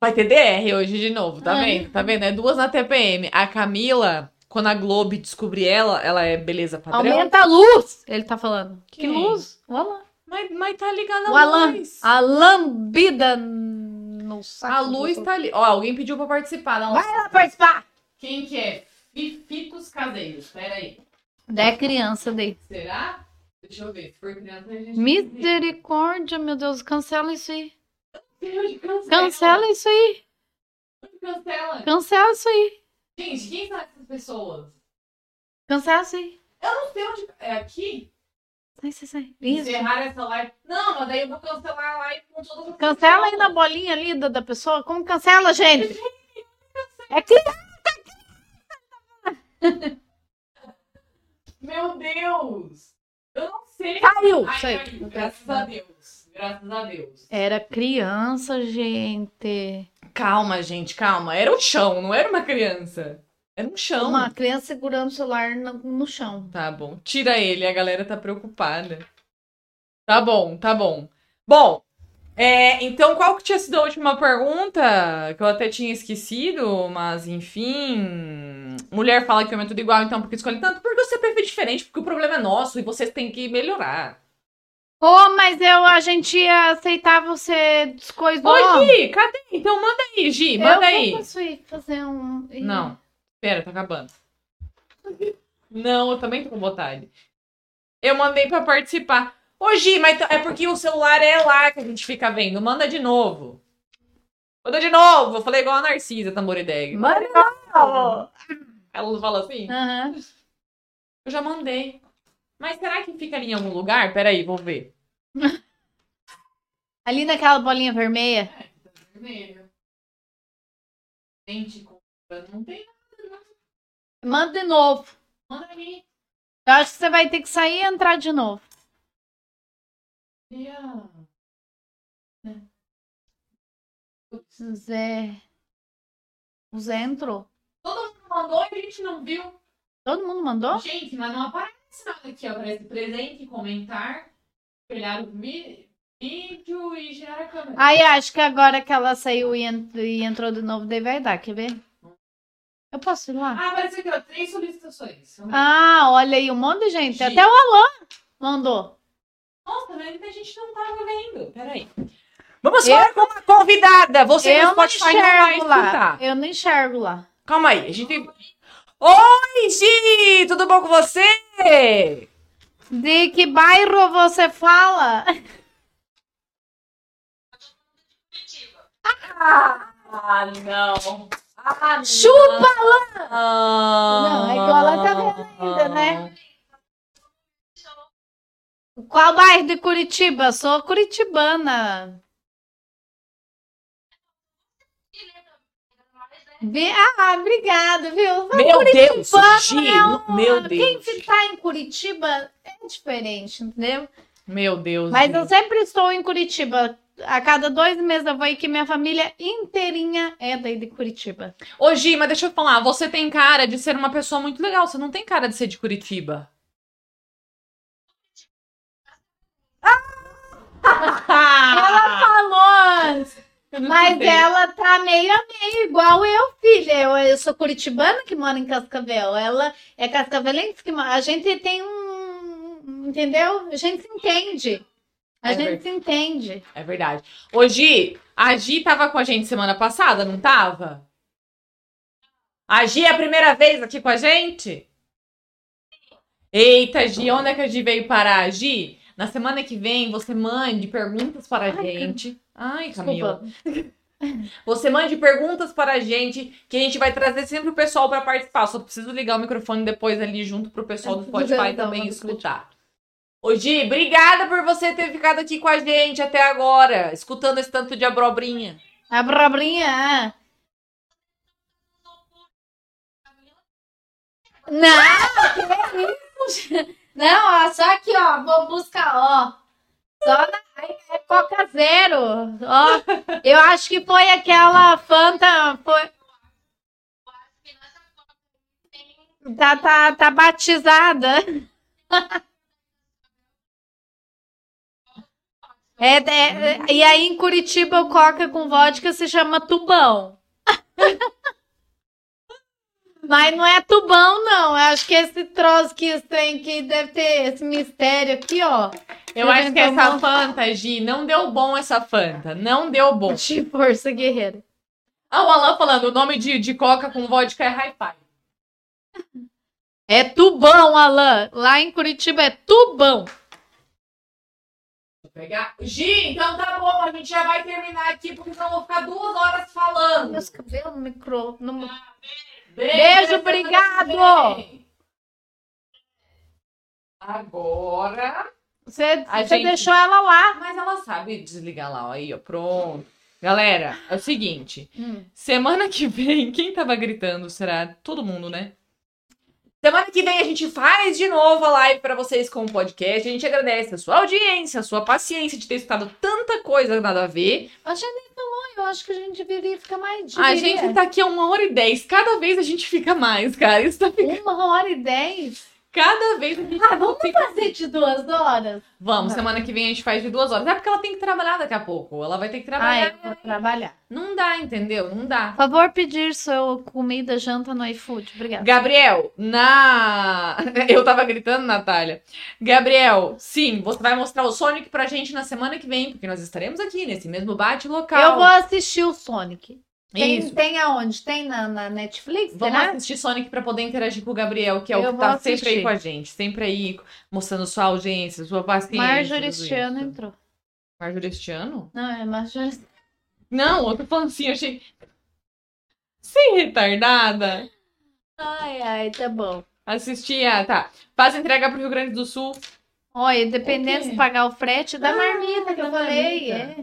Speaker 1: Vai ter DR hoje de novo, tá
Speaker 2: Ai.
Speaker 1: vendo? Tá vendo? É duas na TPM. A Camila, quando a Globo descobrir ela, ela é beleza padrão.
Speaker 2: Aumenta a luz, ele tá falando. Que
Speaker 1: Quem?
Speaker 2: luz? O Alan.
Speaker 1: Mas, mas tá ligada
Speaker 2: O
Speaker 1: a
Speaker 2: Alan. Ah,
Speaker 1: luz.
Speaker 2: A lambida no saco.
Speaker 1: A luz
Speaker 2: do-
Speaker 1: tá ali. Ó, alguém pediu pra participar. um Não.
Speaker 2: Vai lá participar!
Speaker 1: Quem que é? Fifitos Caseiros. Pera aí.
Speaker 2: Da É criança daí.
Speaker 1: Será? Deixa eu ver. Se for criança, a gente.
Speaker 2: Misericórdia, meu Deus, cancela isso aí.
Speaker 1: Cancela.
Speaker 2: Cancela isso aí.
Speaker 1: Cancela.
Speaker 2: Cancela isso aí.
Speaker 1: Gente, quem são essas pessoas?
Speaker 2: Cancela isso aí.
Speaker 1: Não sei onde. É aqui?
Speaker 2: Sai, sai, sai. Isso.
Speaker 1: Encerrar essa live. Não, mas daí eu vou cancelar a live com todas as
Speaker 2: Cancela aí
Speaker 1: pessoas.
Speaker 2: na bolinha ali da, da pessoa. Como cancela, gente? É criança.
Speaker 1: Meu Deus! Eu não sei.
Speaker 2: Saiu.
Speaker 1: Ai,
Speaker 2: Saiu.
Speaker 1: caiu. Graças a Deus. Graças a Deus.
Speaker 2: Era criança, gente.
Speaker 1: Calma, gente, calma. Era o chão, não era uma criança. Era um chão.
Speaker 2: Então, Uma criança segurando o celular no, no chão.
Speaker 1: Tá bom. Tira ele, a galera tá preocupada. Tá bom, tá bom. Bom, é, então qual que tinha sido a última pergunta? Que eu até tinha esquecido, mas enfim. Mulher fala que homem é tudo igual, então por que escolhe tanto? Porque você prefere diferente, porque o problema é nosso e vocês têm que melhorar.
Speaker 2: Oh, mas eu, a gente aceitava você descoisou.
Speaker 1: Ô, Gi, cadê? Então manda aí, Gi,
Speaker 2: eu
Speaker 1: manda
Speaker 2: não
Speaker 1: aí.
Speaker 2: posso ir fazer um. ir-
Speaker 1: Não, pera, tá acabando. Não, eu também tô com vontade. Eu mandei pra participar. Ô, Gi, mas t- é porque o celular é lá que a gente fica vendo. Manda de novo. Manda de novo. Eu falei igual a Narcisa Tamborideg.
Speaker 2: Mano,
Speaker 1: Ela não fala assim?
Speaker 2: Aham.
Speaker 1: Eu já mandei. Mas será que fica ali em algum lugar? Pera aí, vou ver.
Speaker 2: Ali naquela bolinha vermelha.
Speaker 1: Vermelho. Gente, não tem.
Speaker 2: Manda de novo.
Speaker 1: Manda aí.
Speaker 2: Eu acho que você vai ter que sair e entrar de novo. O Zé. O Zé entrou.
Speaker 1: Mandou e a gente não viu.
Speaker 2: Todo mundo mandou?
Speaker 1: Gente, mas não aparece nada aqui, ó. Aparece presente, comentar, espelhar o vi- vídeo e girar a câmera.
Speaker 2: Aí acho que agora que ela saiu e, en- e entrou de novo, daí vai dar, quer ver? Eu posso ir lá?
Speaker 1: Ah, aparece aqui, ó. Três solicitações.
Speaker 2: Ah, olha aí, um monte de gente.
Speaker 1: Gente.
Speaker 2: Até o Alan mandou.
Speaker 1: Nossa, mas a gente não tava vendo. Peraí. Vamos falar com uma convidada. Você
Speaker 2: eu
Speaker 1: no Spotify não vai
Speaker 2: enxergo lá.
Speaker 1: escutar.
Speaker 2: Eu não enxergo lá.
Speaker 1: Calma aí, a gente... Oi, Gi! Tudo bom com você?
Speaker 2: De que bairro você fala?
Speaker 1: Ah, não. Ah, não. Ah,
Speaker 2: Chupa,
Speaker 1: Não,
Speaker 2: Não, é que o Alan tá vendo
Speaker 1: ah.
Speaker 2: ainda, né? Qual bairro de Curitiba? Sou curitibana. Vi- Ah, obrigada, viu?
Speaker 1: Meu Deus,
Speaker 2: Curitibano
Speaker 1: Gi,
Speaker 2: é uma-
Speaker 1: meu Deus.
Speaker 2: Quem está em Curitiba é diferente, entendeu?
Speaker 1: Meu Deus.
Speaker 2: Mas
Speaker 1: Gi.
Speaker 2: eu sempre estou em Curitiba. A cada dois meses eu vou aí que minha família inteirinha é daí de Curitiba.
Speaker 1: Ô, Gi, mas deixa eu falar. Você tem cara de ser uma pessoa muito legal. Você não tem cara de ser de Curitiba. Ah!
Speaker 2: Alô!
Speaker 1: Eu não
Speaker 2: Mas
Speaker 1: escutei.
Speaker 2: ela tá meio a meio, igual eu, filha. Eu, eu sou curitibana que mora em Cascavel. Ela é cascavelense que mora. A gente tem um. Entendeu? A gente se entende. A
Speaker 1: É
Speaker 2: gente
Speaker 1: verdade.
Speaker 2: se entende.
Speaker 1: É verdade. Ô, Gi, a Gi tava com a gente semana passada, não tava? A Gi é a primeira vez aqui com a gente? Eita, Gi, onde é que a Gi veio parar? Gi, na semana que vem você mande perguntas para a
Speaker 2: Cam-
Speaker 1: gente. Ai,
Speaker 2: Desculpa.
Speaker 1: Camila. Você mande perguntas para a gente, que a gente vai trazer sempre o pessoal para participar. Só preciso ligar o microfone depois ali junto para o pessoal do Spotify
Speaker 2: Então,
Speaker 1: também
Speaker 2: vamos
Speaker 1: escutar. Ô, Gi, obrigada por você ter ficado aqui com a gente até agora, escutando esse tanto de abrobrinha.
Speaker 2: A brabrinha. ah. Não, que isso? Não, ó, só aqui, ó. Vou buscar, ó. Só na é Coca Zero. Ó, eu acho que foi aquela Fanta. Foi... Tá, tá, tá batizada. É, é, é, e aí em Curitiba o coca com vodka se chama tubão. Mas não é tubão, não. Eu acho que esse troço que esse trem que deve ter esse mistério aqui, ó.
Speaker 1: Eu acho que
Speaker 2: Então,
Speaker 1: essa
Speaker 2: bom.
Speaker 1: Fanta, Gi, não deu bom essa Fanta. Não deu bom.
Speaker 2: De força guerreira.
Speaker 1: Ah, o Alan falando, o nome de, de coca com vodka é hi-fi.
Speaker 2: É tubão, Alan. Lá em Curitiba é tubão.
Speaker 1: Vou pegar. Gi, então tá bom, a gente já vai terminar aqui, porque senão eu vou ficar duas horas falando.
Speaker 2: Meus cabelos no micro. no-
Speaker 1: Beijo,
Speaker 2: Beijo,
Speaker 1: obrigado!
Speaker 2: obrigado.
Speaker 1: Agora.
Speaker 2: Você,
Speaker 1: A
Speaker 2: você
Speaker 1: gente-
Speaker 2: deixou ela lá.
Speaker 1: Mas ela sabe desligar lá, ó, aí, ó. Pronto. Galera, é o seguinte.
Speaker 2: Hum.
Speaker 1: Semana que vem, quem tava gritando será todo mundo, né? Semana que vem a gente faz de novo a live pra vocês com o podcast. A gente agradece a sua audiência, a sua paciência de ter escutado tanta coisa nada a ver.
Speaker 2: A gente nem falou, eu acho que a gente deveria ficar mais
Speaker 1: A
Speaker 2: deveria.
Speaker 1: gente tá aqui há uma hora e dez. Cada vez a gente fica mais, cara. Isso tá ficando.
Speaker 2: Uma hora e dez.
Speaker 1: Cada vez a gente
Speaker 2: Ah, vamos
Speaker 1: fica-
Speaker 2: fazer de duas horas?
Speaker 1: Vamos, semana que vem a gente faz de duas horas. É porque ela tem que trabalhar daqui a pouco. Ela vai ter que
Speaker 2: Ah,
Speaker 1: trabalhar.
Speaker 2: eu vou trabalhar.
Speaker 1: Não dá, entendeu? Não dá.
Speaker 2: Por favor, pedir sua comida, janta no iFood. Obrigada.
Speaker 1: Gabriel, na. Eu tava gritando, Natália. Gabriel, sim, você vai mostrar o Sonic pra gente na semana que vem, porque nós estaremos aqui nesse mesmo bate local.
Speaker 2: Eu vou assistir o Sonic. Tem,
Speaker 1: Isso.
Speaker 2: tem aonde? Tem na, na Netflix?
Speaker 1: Vamos
Speaker 2: Será?
Speaker 1: assistir Sonic pra poder interagir com o Gabriel, que é
Speaker 2: né? Eu
Speaker 1: o que
Speaker 2: vou
Speaker 1: tá sempre aí
Speaker 2: assistir.
Speaker 1: com a gente, sempre aí mostrando sua audiência, sua paciência.
Speaker 2: Marjoristiano
Speaker 1: tudo isso.
Speaker 2: entrou.
Speaker 1: Marjoristiano?
Speaker 2: Não, é Marjoristiano.
Speaker 1: Não, eu tô falando assim, eu achei. Sem retardada.
Speaker 2: Ai, ai, tá bom.
Speaker 1: Assistia, tá. Faz entrega pro Rio Grande do Sul.
Speaker 2: Olha, dependendo
Speaker 1: O quê?
Speaker 2: se pagar o frete da
Speaker 1: Ah,
Speaker 2: marmita que eu
Speaker 1: da
Speaker 2: falei. É.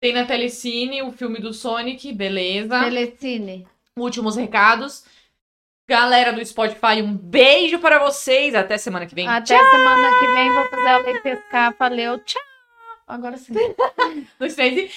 Speaker 1: Tem na Telecine o filme do Sonic, beleza.
Speaker 2: Telecine.
Speaker 1: Últimos recados. Galera do Spotify, um beijo para vocês. Até semana que vem.
Speaker 2: Até semana que vem vou fazer ela ir pescar. Valeu, tchau. Agora sim.
Speaker 1: Dois, três e.